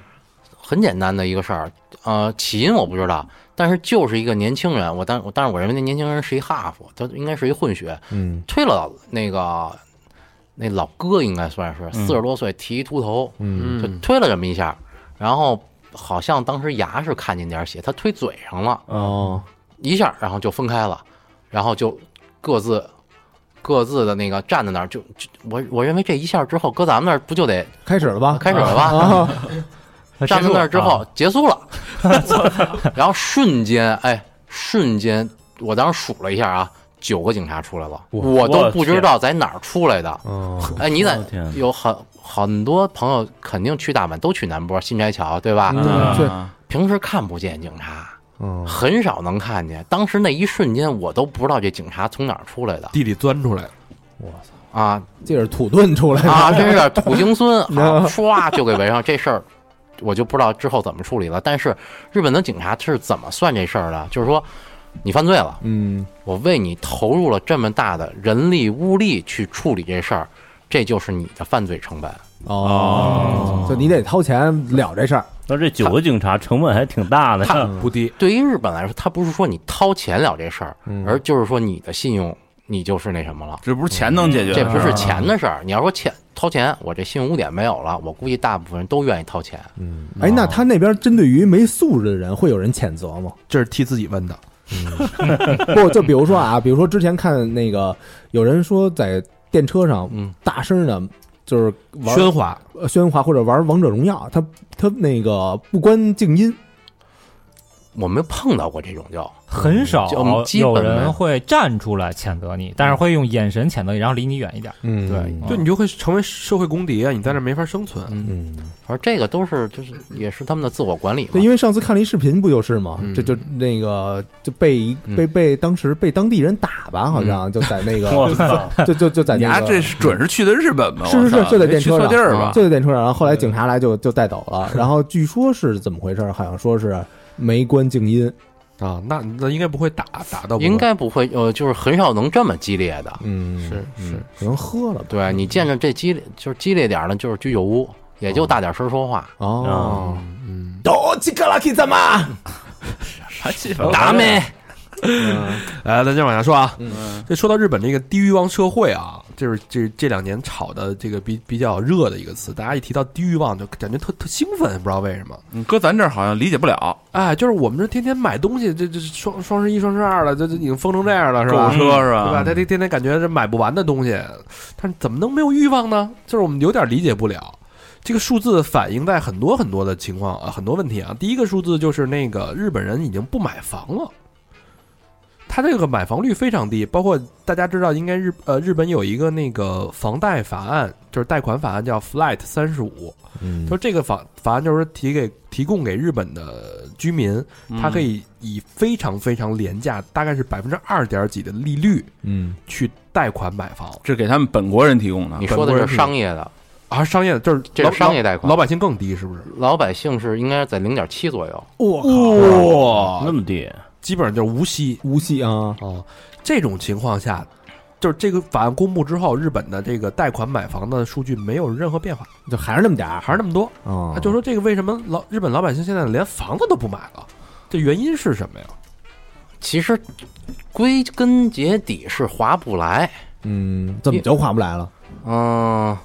S6: 很简单的一个事儿，呃，起因我不知道，但是就是一个年轻人，我当我但是我认为那年轻人是一哈佛，他应该是一混血，
S3: 嗯
S6: 推了那个那老哥应该算是四十多岁，剃一秃头，
S3: 嗯
S6: 就推了这么一下，然后好像当时牙是看见点血，他推嘴上了。
S3: 哦，
S6: 一下，然后就分开了，然后就各自各自的那个站在那儿，就就我我认为这一下之后，搁咱们那儿不就得
S3: 开始了吧？
S6: 开始了吧？
S3: 啊，
S6: 站在那儿之
S5: 啊
S6: 后结束了， [LAUGHS] 然后瞬间，哎，瞬间，我当时数了一下啊，九个警察出来了，我都不知道在哪儿出来的。
S3: 哦，
S6: 哎，你在
S5: 我天
S6: 有很很多朋友肯定去大阪，都去南波新斋桥，对吧？
S7: 啊
S3: 嗯对，
S6: 平时看不见警察。
S3: 嗯，
S6: 很少能看见。当时那一瞬间，我都不知道这警察从哪儿出来的
S2: 地里钻出来，
S3: [LAUGHS]
S6: 啊
S3: 这是土遁出来的，
S6: 啊！真是土
S3: [LAUGHS]
S6: 行孙，啊
S3: 嗯
S6: 唰就给围上。这事儿我就不知道之后怎么处理了。但是日本的警察是怎么算这事儿的？就是说，你犯罪了，
S3: 嗯
S6: 我为你投入了这么大的人力物力去处理这事儿，这就是你的犯罪成本。
S3: 嗯哦，就你得掏钱了这事儿，
S5: 那这九个警察成本还挺大的，
S2: 不低。
S6: 对于日本来说，他不是说你掏钱了这事儿，
S3: 嗯
S6: 而就是说你的信用，你就是那什么了。
S7: 这不是钱能解决
S6: 这
S7: 的事
S6: 不
S7: 儿，
S6: 是钱的事儿。你要说钱掏钱，我这信用污点没有了，我估计大部分人都愿意掏钱。
S3: 哎，那他那边针对于没素质的人，会有人谴责吗？
S2: 这是替自己问的，
S5: 哦
S3: 不，就比如说啊，比如说之前看那个有人说在电车上
S6: 嗯
S3: 大声的，就是玩
S2: 喧哗，
S3: 呃喧哗或者玩王者荣耀，他他那个不关静音，
S6: 我没碰到过这种就，
S4: 很少
S6: 就我们基本
S4: 有
S6: 没
S4: 人会站出来谴责你，但是会用眼神谴责你，然后离你远一点。
S3: 嗯
S4: 对，
S2: 对你啊就会成为社会公敌啊！你在那儿没法生存。
S3: 嗯，
S6: 反正这个都是就是也是他们的自我管理嘛
S3: 对，。因为上次看了一视频，不就是吗？
S2: 嗯
S3: 这就那个就被一
S6: 嗯
S3: 被被当时被当地人打吧，好像就在那
S5: 我
S3: 个
S5: 操！
S3: 就就就在
S7: 你
S3: 那
S7: 丫
S3: 个嗯
S7: 这是准是去的日本吗？
S3: 是是
S7: 啊我
S3: 是，
S7: 操
S3: 就在
S7: 没
S3: 电
S7: 去
S3: 车
S7: 错
S3: 上，啊
S7: 地儿吧？
S3: 就在电车上。然后后来警察来就就带走了，然后据说是怎么回事儿？好像说是没关静音，
S5: 嗯
S2: 啊，那那应该不会打打到，
S6: 应该不会，呃，就是很少能这么激烈的。
S3: 嗯，
S2: 是是
S3: 可能喝了吧？
S6: 对你见着这激烈，就是激烈点儿的，就是居酒屋，也就大点声说话。
S3: 哦
S5: 啊，
S2: 嗯，
S3: 都吉克拉基怎么？
S7: 还去
S3: 嗯
S7: 吧
S6: 打没？
S2: 来，咱接着往下说啊。
S6: 嗯
S2: 这说到日本这个地狱王社会啊，就是这这两年炒的这个比比较热的一个词，大家一提到地狱王就感觉特特兴奋，不知道为什么。
S7: 嗯搁咱这儿好像理解不了，
S2: 哎，就是我们这天天买东西，这这双双十一、双十二了，这这已经疯成这样了，是
S7: 购
S2: 吧
S7: 物？车是
S2: 对吧？
S7: 吧？嗯
S2: 他这天天感觉这买不完的东西，但是怎么能没有欲望呢？就是我们有点理解不了。这个数字反映在很多很多的情况啊，很多问题啊。第一个数字就是那个日本人已经不买房了，他这个买房率非常低。包括大家知道，应该日呃日本有一个那个房贷法案，就是贷款法案叫 Flat 三十五，
S3: 嗯
S2: 就这个法法案就是提给提供给日本的居民，他可以以非常非常廉价，大概是百分之二点几的利率，
S3: 嗯，
S2: 去贷款买房，
S7: 这给他们本国人提供的
S6: 你，说的是商业的，
S2: 而商业的就是
S6: 这
S2: 老
S6: 是商业贷款
S2: 老老百姓更低，是不是？
S6: 老百姓是应该在零点七左右。
S3: 我
S2: 哇
S5: 那么低，
S2: 基本上就是无息
S3: 无息啊，
S2: 哦。这种情况下，就是这个法案公布之后，日本的这个贷款买房的数据没有任何变化，
S3: 就还是那么点儿
S2: 还是那么多。
S3: 啊
S2: 他就说这个为什么老日本老百姓现在连房子都不买了？这原因是什么呀？
S6: 其实归根结底是划不来，
S3: 嗯，怎么就划不来了？
S6: 嗯，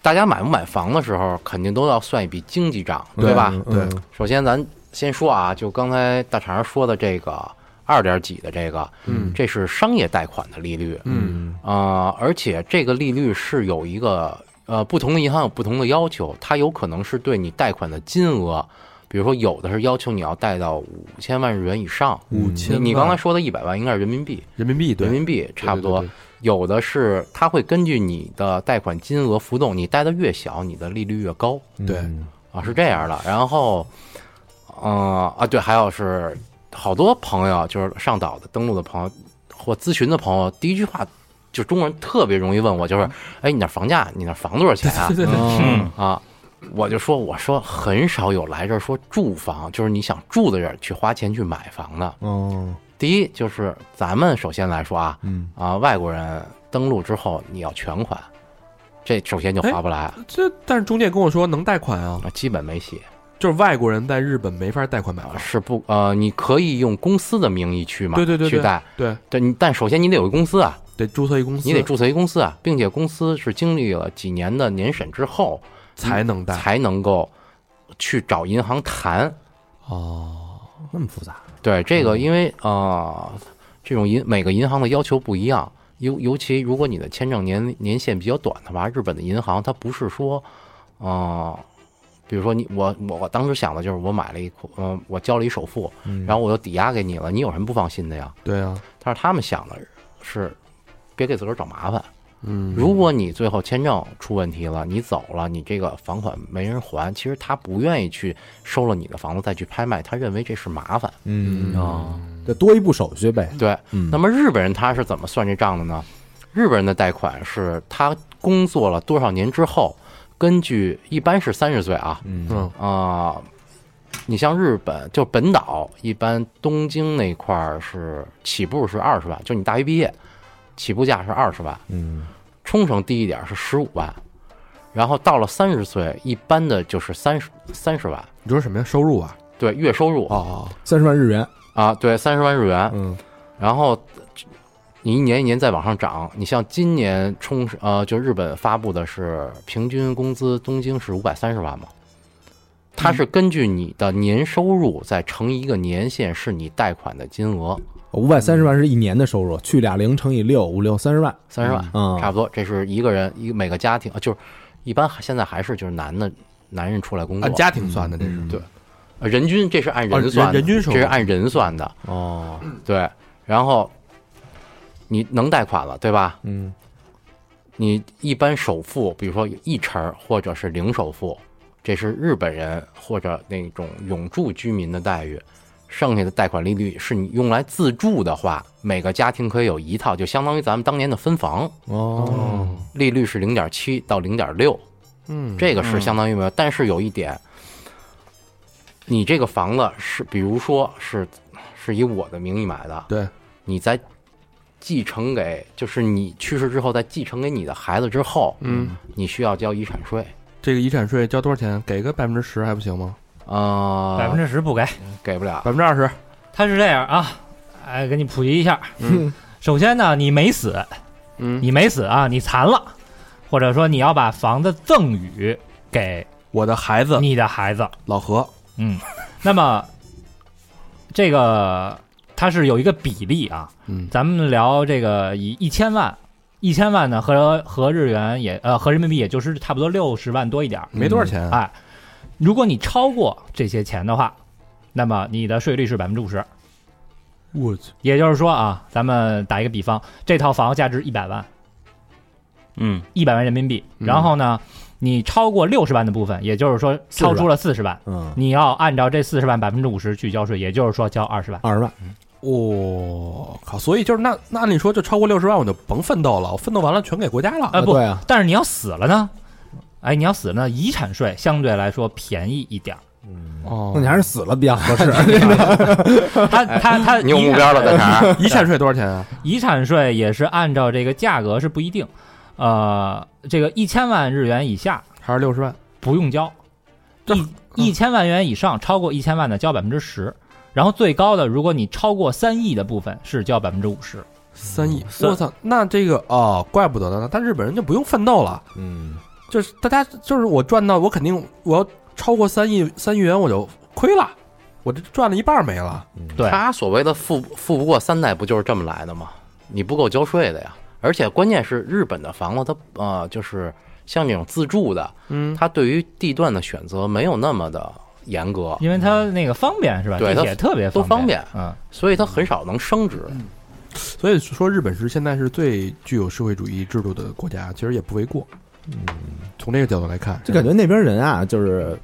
S6: 大家买不买房的时候，肯定都要算一笔经济账，对吧？
S3: 嗯
S2: 对
S3: 嗯
S6: 首先，咱先说啊，就刚才大肠说的这个二点几的这个，
S2: 嗯
S6: 这是商业贷款的利率，
S2: 嗯
S6: 啊，而且这个利率是有一个呃，不同的银行有不同的要求，它有可能是对你贷款的金额，比如说有的是要求你要贷到五千万日元以上，
S2: 五
S6: 你
S2: 千
S6: 你
S2: 万
S6: 刚才说的一百万应该是人民币，
S2: 人民币对
S6: 人民币差不多
S2: 对对对。
S6: 有的是，它会根据你的贷款金额浮动，你贷的越小，你的利率越高
S3: 嗯
S2: 对
S6: 啊，是这样的。然后，嗯啊，对，还有是好多朋友，就是上岛的、登录的朋友或咨询的朋友，第一句话就中国人特别容易问我，就是，哎，你那房价，你那房多少钱啊？
S3: 哦
S6: [LAUGHS]
S7: 嗯，
S6: 啊，我就说，我说很少有来这儿说住房，就是你想住的人去花钱去买房的。
S3: 哦，
S6: 第一就是咱们首先来说啊，
S3: 嗯
S6: 啊，外国人登录之后你要全款，这首先就
S2: 哎
S6: 划不来，啊，
S2: 这但是中介跟我说能贷款啊，
S6: 基本没写，
S2: 就是外国人在日本没法贷款买
S6: 啊
S2: 房。
S6: 是不呃，你可以用公司的名义去嘛，
S2: 对对对
S6: 去贷，
S2: 对，
S6: 对，你但首先你得有个公司啊，
S2: 得注册一公司，
S6: 你得注册一公司啊，并且公司是经历了几年的年审之后
S2: 才能贷。
S6: 才能够去找银行谈，
S2: 哦，
S3: 那么复杂，
S6: 对这个，因为呃，这种银每个银行的要求不一样，尤尤其如果你的签证年年限比较短的话，日本的银行它不是说，呃，比如说你我我我当时想的就是我买了一款，嗯、我交了一首付，
S3: 嗯
S6: 然后我又抵押给你了，你有什么不放心的呀？
S2: 对啊，
S6: 但是他们想的是，别给自个儿找麻烦。
S2: 嗯，
S6: 如果你最后签证出问题了，你走了，你这个房款没人还，其实他不愿意去收了你的房子再去拍卖，他认为这是麻烦。
S3: 嗯，
S6: 啊，
S3: 就多一步手续呗。
S6: 对，
S3: 嗯
S6: 那么日本人他是怎么算这账的呢？日本人的贷款是他工作了多少年之后，根据一般是三十岁啊，
S2: 嗯
S6: 啊、你像日本就本岛一般东京那块儿是起步是二十万，就你大学毕业，起步价是二十万，
S3: 嗯，
S6: 冲绳低一点是十五万，然后到了三十岁，一般的就是三十三十万，
S2: 你说什么呀？收入啊？
S6: 对，月收入啊、
S2: 哦，
S3: 三十万日元，
S6: 对，三十万日元，
S3: 嗯
S6: 然后呃你一年一年再往上涨。你像今年冲绳呃，就日本发布的是平均工资，东京是五百三十万嘛，它是根据你的年收入再乘以一个年限，是你贷款的金额
S3: 五百三十万是一年的收入，去俩零乘以六，五六三十万
S6: 三十万，
S2: 嗯
S3: 啊，
S6: 差不多。这是一个人一个每个家庭，呃就是一般现在还是就是男的男人出来工作
S2: 按，家庭算的，这是
S6: 对呃人均这是按
S2: 哦
S6: 人
S2: 人
S6: 算的，
S2: 人均收入
S6: 这是按人算的，嗯
S3: 哦，
S6: 对。然后你能贷款了，对吧？
S3: 嗯，
S6: 你一般首付，比如说一成儿或者是零首付，这是日本人或者那种永住居民的待遇。剩下的贷款利率是你用来自住的话，每个家庭可以有一套，就相当于咱们当年的分房，
S3: 哦，
S6: 利率是零点七到零点六，
S2: 嗯，
S6: 这个是相当于没有。但是有一点，你这个房子是，比如说是是以我的名义买的，
S2: 对，
S6: 你在继承给，就是你去世之后再继承给你的孩子之后，
S2: 嗯，
S6: 你需要交遗产税。
S2: 这个遗产税交多少钱？给个百分之十还不行吗？
S6: 呃，
S4: 百分之十不给。
S6: 给不了
S2: 百。分之二十，
S4: 他是这样啊，哎，给你普及一下。
S2: 嗯，
S4: [LAUGHS] 首先呢，你没死，
S2: 嗯，
S4: 你没死啊，你残了，或者说你要把房子赠与给
S2: 我的孩子
S4: 你的孩子，
S2: 老何，
S4: 嗯，那么这个它是有一个比例啊，
S2: 嗯
S4: 咱们聊这个以一千万，一千万呢和和日元也呃和人民币也就是差不多六十万多一点
S6: 嗯
S4: 儿，
S2: 没多少钱啊，
S4: 哎，如果你超过这些钱的话，那么你的税率是百分之五十。
S2: 我去，
S4: 也就是说啊，咱们打一个比方，这套房价值一百万，
S5: 嗯
S4: 一百万人民币。
S2: 嗯
S4: 然后呢，你超过六十万的部分，也就是说超出了四十万，
S3: 嗯，
S4: 你要按照这四十万百分之五十去交税，也就是说交二十万。
S3: 二十万，
S2: 我靠！所以就是那那按理说就超过六十万我就甭奋斗了，我奋斗完了全给国家了。
S4: 啊不
S3: 对啊，
S4: 但是你要死了呢，哎，你要死了呢，遗产税相对来说便宜一点儿，
S2: 哦
S3: 那你还是嗯死了比较合适。
S6: [LAUGHS]
S4: 他他他，
S6: 哎你有目标了在哪儿？
S2: 遗产税多少钱啊？
S4: 遗产税也是按照这个价格是不一定，呃，这个一千万日元以下
S2: 还是六十万？
S4: 不用交，
S6: 嗯
S4: 一一千万元以上超过一千万的交百分之十，然后最高的如果你超过三亿的部分是交百分之五十。
S2: 三亿！
S5: 三
S2: 我操，那这个哦，怪不得呢，但日本人就不用奋斗了，
S3: 嗯，
S2: 就是大家就是我赚到，我肯定我要超过三亿三亿元我就亏了，我这赚了一半没了。
S4: 对，
S6: 他所谓的富富不过三代，不就是这么来的吗？你不够交税的呀。而且关键是日本的房子，它呃，就是像这种自住的，
S2: 嗯，
S6: 它对于地段的选择没有那么的严格，
S4: 因为它那个方便是吧？
S6: 对
S4: 地
S6: 它
S4: 铁特别
S6: 都方
S4: 便
S6: 便，
S4: 嗯，
S6: 所以它很少能升值。
S2: 嗯所以说日本是现在是最具有社会主义制度的国家，其实也不为过。嗯，从这个角度来看，
S3: 就感觉那边人啊，就是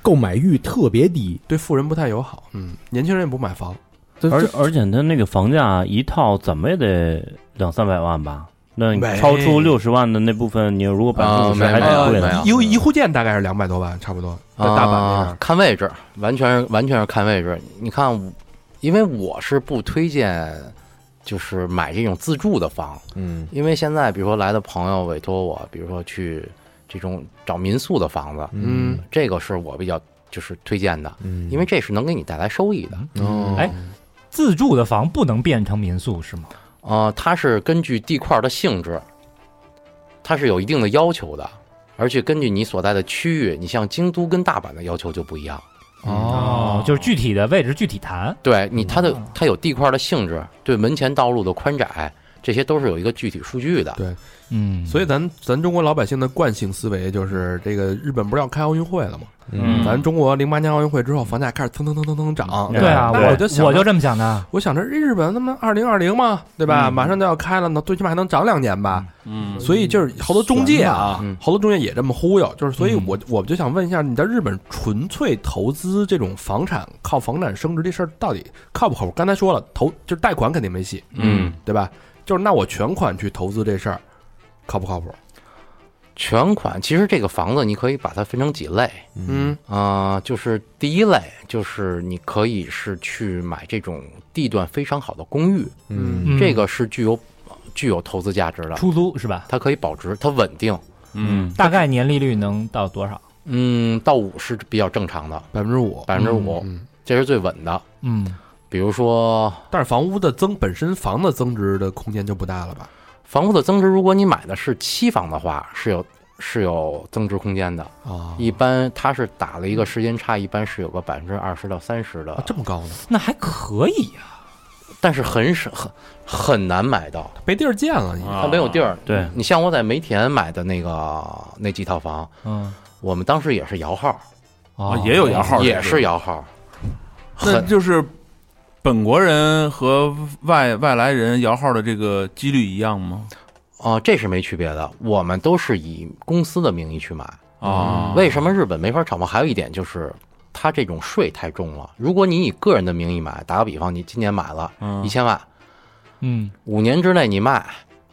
S3: 购买欲特别低，
S2: 对富人不太友好。嗯，年轻人也不买房，
S3: 就
S5: [LAUGHS] 而
S2: [LAUGHS]
S3: 就
S5: 而且他那个房价一套怎么也得两三百万吧？那你
S2: 没
S5: 超出六十万的那部分，你如果百分之五十
S6: 啊
S5: 还
S6: 没有
S5: 挺贵
S6: 没有
S5: 的。
S2: 呃一户一户建大概是两百多万，差不多在大阪那
S6: 啊
S2: 边。，
S6: 看位置，完全是完全是看位置。你看我，因为我是不推荐，就是买这种自住的房，
S3: 嗯
S6: 因为现在比如说来的朋友委托我，比如说去这种找民宿的房子，
S2: 嗯，
S6: 这个是我比较就是推荐的，
S3: 嗯，
S6: 因为这是能给你带来收益的。
S2: 嗯
S3: 哦
S4: 哎自住的房不能变成民宿是吗？
S6: 呃，它是根据地块的性质，它是有一定的要求的，而且根据你所在的区域，你像京都跟大阪的要求就不一样。
S4: 哦，就是具体的位置具体谈。
S6: 对你，它的它有地块的性质，对门前道路的宽窄，这些都是有一个具体数据的。
S4: 嗯，
S2: 所以咱咱中国老百姓的惯性思维就是这个日本不是要开奥运会了吗？
S5: 嗯
S2: 咱中国零八年奥运会之后，房价开始蹭蹭蹭蹭蹭涨。
S4: 对啊，
S2: 那
S4: 我
S2: 我就想着
S4: 我就这么想的。啊
S2: 我想着日本他妈二零二零嘛，对吧？马上就要开了呢，最起码还能涨两年吧。
S7: 嗯
S2: 所以就是好多中介啊
S6: 嗯，
S2: 好多中介也这么忽悠，就是所以我我就想问一下，你在日本纯粹投资这种房产，靠房产升值这事儿到底靠不靠谱？刚才说了，投就是贷款肯定没戏，
S6: 嗯，
S2: 对吧？就是那我全款去投资这事儿，靠不靠谱？
S6: 全款其实这个房子你可以把它分成几类，
S2: 嗯
S6: 啊、就是第一类就是你可以是去买这种地段非常好的公寓，
S3: 嗯
S4: 嗯
S6: 这个是具有具有投资价值的，
S4: 出租是吧？
S6: 它可以保值，它稳定。
S7: 嗯
S4: 大概年利率能到多少？
S6: 嗯，到五是比较正常的，
S2: 百分之五，
S6: 百分之五，
S2: 嗯，
S6: 这是最稳的。
S4: 嗯，
S6: 比如说
S2: 但是房屋的增本身房的增值的空间就不大了吧？
S6: 房屋的增值，如果你买的是期房的话，是有是有增值空间的。
S2: 啊，
S6: 一般它是打了一个时间差，一般是有个百分之二十到三十的，
S2: 啊这么高呢？
S4: 那还可以呀、
S6: 但是很少很很难买到，
S2: 没地儿建了，已经
S6: 它没有地儿。
S5: 对
S6: 你像我在梅田买的那个那几套房，
S4: 嗯，
S6: 我们当时也是摇号，
S7: 啊，也有摇号，
S6: 哦也是摇号，
S7: 那
S6: 很
S7: 就是本国人和外外来人摇号的这个几率一样吗？
S6: 啊、这是没区别的。我们都是以公司的名义去买。
S7: 啊，
S6: 嗯为什么日本没法炒房？还有一点就是，它这种税太重了。如果你以个人的名义买，打个比方，你今年买了一
S7: 嗯
S6: 千万，
S4: 嗯，
S6: 五年之内你卖，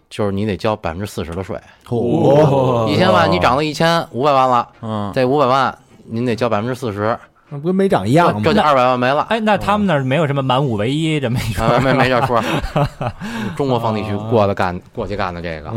S6: 就是你得交百分之四十的税。
S3: 哦
S6: 一千万你涨到一千五百万了，
S7: 嗯，
S6: 这五百万您得交百分之四十，
S3: 那不跟没长一样吗
S6: 这？就二百万没了。
S4: 哎，那他们那儿没有什么满五唯一这么一说
S6: 啊，没没这说，中国房地区过的干过去干的这个，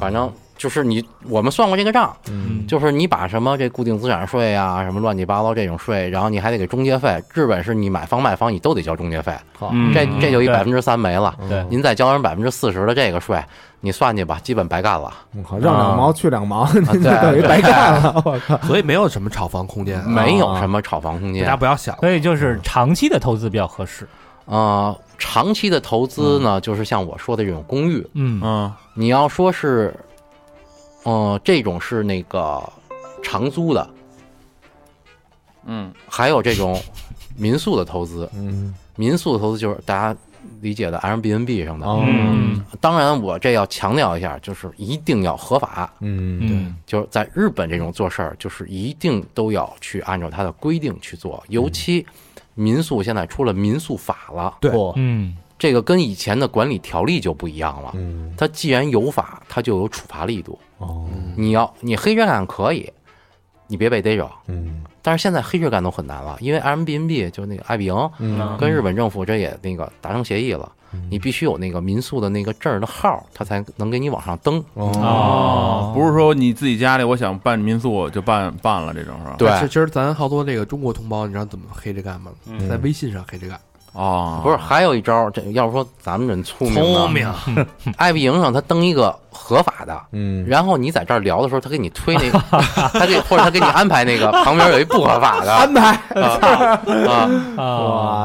S6: 反正就是你我们算过这个账，
S4: 嗯
S6: 就是你把什么这固定资产税啊，什么乱七八糟这种税，然后你还得给中介费。日本是你买房卖房你都得交中介费，
S5: 嗯
S6: 这这就一
S4: 对
S6: 百分之三没了。
S4: 对
S6: 您再交人百分之四十的这个税，你算去吧，基本白干了。
S3: 我靠，让两毛去两毛，
S6: 对
S3: [LAUGHS] 等于白干了。我靠，
S2: 所以没有什么炒房空间，
S4: 哦
S2: 啊
S6: 没有什么炒房空
S2: 大
S6: 间
S2: 家。不要想了。
S4: 所以就是长期的投资比较合适。
S6: 呃，长期的投资呢，就是像我说的这种公寓，
S4: 嗯
S7: 嗯
S6: 你要说是，呃，这种是那个长租的，
S7: 嗯，
S6: 还有这种民宿的投资，
S3: 嗯，
S6: 民宿的投资就是大家理解的 Airbnb 上的。
S3: 哦，
S4: 嗯
S6: 当然，我这要强调一下，就是一定要合法。
S3: 嗯，
S4: 嗯，
S6: 就是在日本这种做事儿，就是一定都要去按照它的规定去做，
S3: 嗯
S6: 尤其民宿现在出了民宿法了，
S2: 对
S3: 嚯
S4: 嗯
S6: 这个跟以前的管理条例就不一样了。
S3: 嗯，
S6: 它既然有法，它就有处罚力度。
S3: 哦，
S6: 你要你黑着干可以，你别被逮着，
S3: 嗯，
S6: 但是现在黑质干都很难了，因为 Airbnb 就那个爱彼迎
S3: 嗯
S6: 跟日本政府这也那个达成协议了，你必须有那个民宿的那个证儿的号儿，它才能给你往上登。
S3: 嗯
S4: 哦
S7: 不是说你自己家里我想办民宿就办办了这种是吧？
S6: 对嗯
S2: 但是其实咱好多这个中国同胞，你知道怎么黑着干吗？在微信上黑着干，
S7: 哦，
S6: 不是，还有一招儿，这要不说咱们人聪明啊呢，
S2: 明，
S4: 啊
S6: 爱彼迎上他登一个合法的，
S3: 嗯，
S6: 然后你在这儿聊的时候，他给你推那个， [LAUGHS] 他给或者他给你安排那个旁边有一不合法的安排啊 [LAUGHS] 啊
S4: 啊，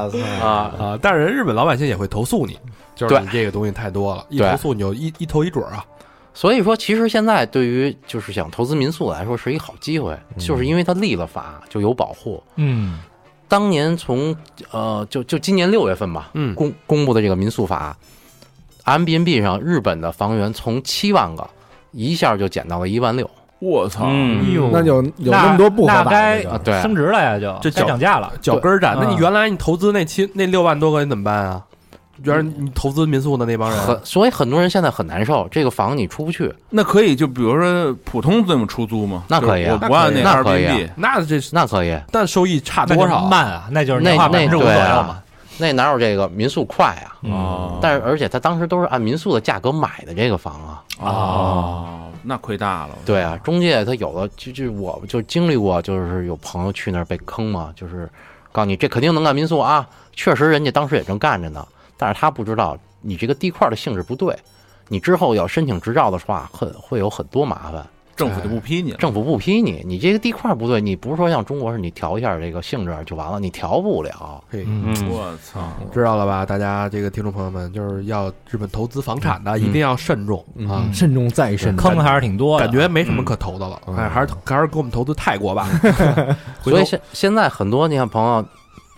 S3: 哇塞，
S6: 啊，
S2: 啊！但是人日本老百姓也会投诉你，就是
S6: 对
S2: 你这个东西太多了，一
S6: 对
S2: 投诉你就一一头一准儿啊。
S6: 所以说其实现在对于就是想投资民宿来说是一好机会，就是因为他立了法就有保护。
S4: 嗯
S6: 当年从呃就就今年六月份吧，
S2: 嗯
S6: 公公布的这个民宿法，Airbnb 上日本的房源从七万个一下就减到了一万六。
S7: 我操，
S6: 哎
S5: 嗯，
S4: 呦
S3: 那就有那么多不合
S4: 那
S3: 法的
S4: 该
S3: 这
S6: 啊
S3: 个，
S6: 对
S4: 升值了呀，就
S2: 这
S4: 该
S2: 脚
S4: 涨价了。
S2: 脚跟儿战。
S4: 对
S2: 那
S4: 嗯
S2: 你原来你投资那七那六万多个，你怎么办啊？原来你投资民宿的那帮
S4: 嗯
S2: 人，
S6: 很，所以很多人现在很难受，这个房你出不去，
S7: 那可以就比如说普通这么出租吗？
S6: 那可以啊
S7: 就是我不按
S6: 那
S7: 二
S6: 可以
S7: b
S6: 啊
S7: b
S2: 那这
S6: 那可以。
S2: 但收益差
S4: 那就
S2: 多少啊？
S4: 慢啊？那就是
S6: 那
S4: 年化百
S6: 那
S4: 分之五左
S6: 对
S4: 右
S6: 啊
S4: 嘛。
S6: 那哪有这个民宿快啊？
S7: 哦，
S6: 但是而且他当时都是按民宿的价格买的这个房啊，
S7: 哦，那亏大了。
S6: 对啊，中介他有的就就我就经历过，就是有朋友去那儿被坑嘛，就是告诉你这肯定能干民宿啊，确实人家当时也正干着呢，但是他不知道你这个地块的性质不对，你之后要申请执照的话，很会有很多麻烦，
S7: 政府就不批你了。
S6: 政府不批你，你这个地块不对，你不是说像中国是你调一下这个性质就完了，你调不了，
S2: 嘿，
S5: 嗯，
S7: 我操，
S2: 知道了吧？大家这个听众朋友们，就是要日本投资房产的
S6: 嗯
S2: 一定要慎重啊！
S3: 嗯慎重再慎嗯重，
S4: 坑还是挺多的，
S2: 感觉没什
S6: 嗯
S2: 么可投的了，哎，还是还是给我们投资泰国吧。回头
S6: 所以现现在很多你看朋友，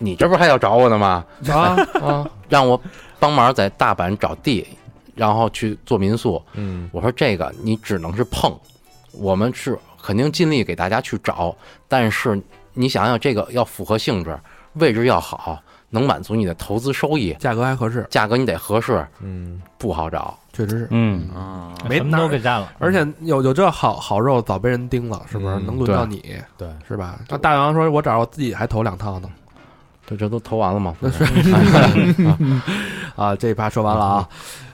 S6: 你这不是还要找我呢吗？
S2: 啊，
S6: [LAUGHS] 啊，让我帮忙在大阪找地，然后去做民宿。
S3: 嗯
S6: 我说这个你只能是碰，我们是肯定尽力给大家去找，但是你想想这个要符合性质，位置要好，能满足你的投资收益，
S2: [LAUGHS] 价格还合适，
S6: 价格你得合适，
S3: 嗯，
S6: 不好找。
S2: 确实是。
S5: 嗯，
S7: 啊，
S2: 没
S4: 什么
S2: 哪
S4: 都
S2: 儿
S4: 给占了。
S2: 而且有有这好好肉早被人盯了，是不是
S3: 嗯
S2: 能轮到你？
S3: 对，
S2: 是吧？那大洋说，我找我自己还投两套呢。
S6: 这这都投完了吗？
S2: 那是啊，这一趴说完了啊，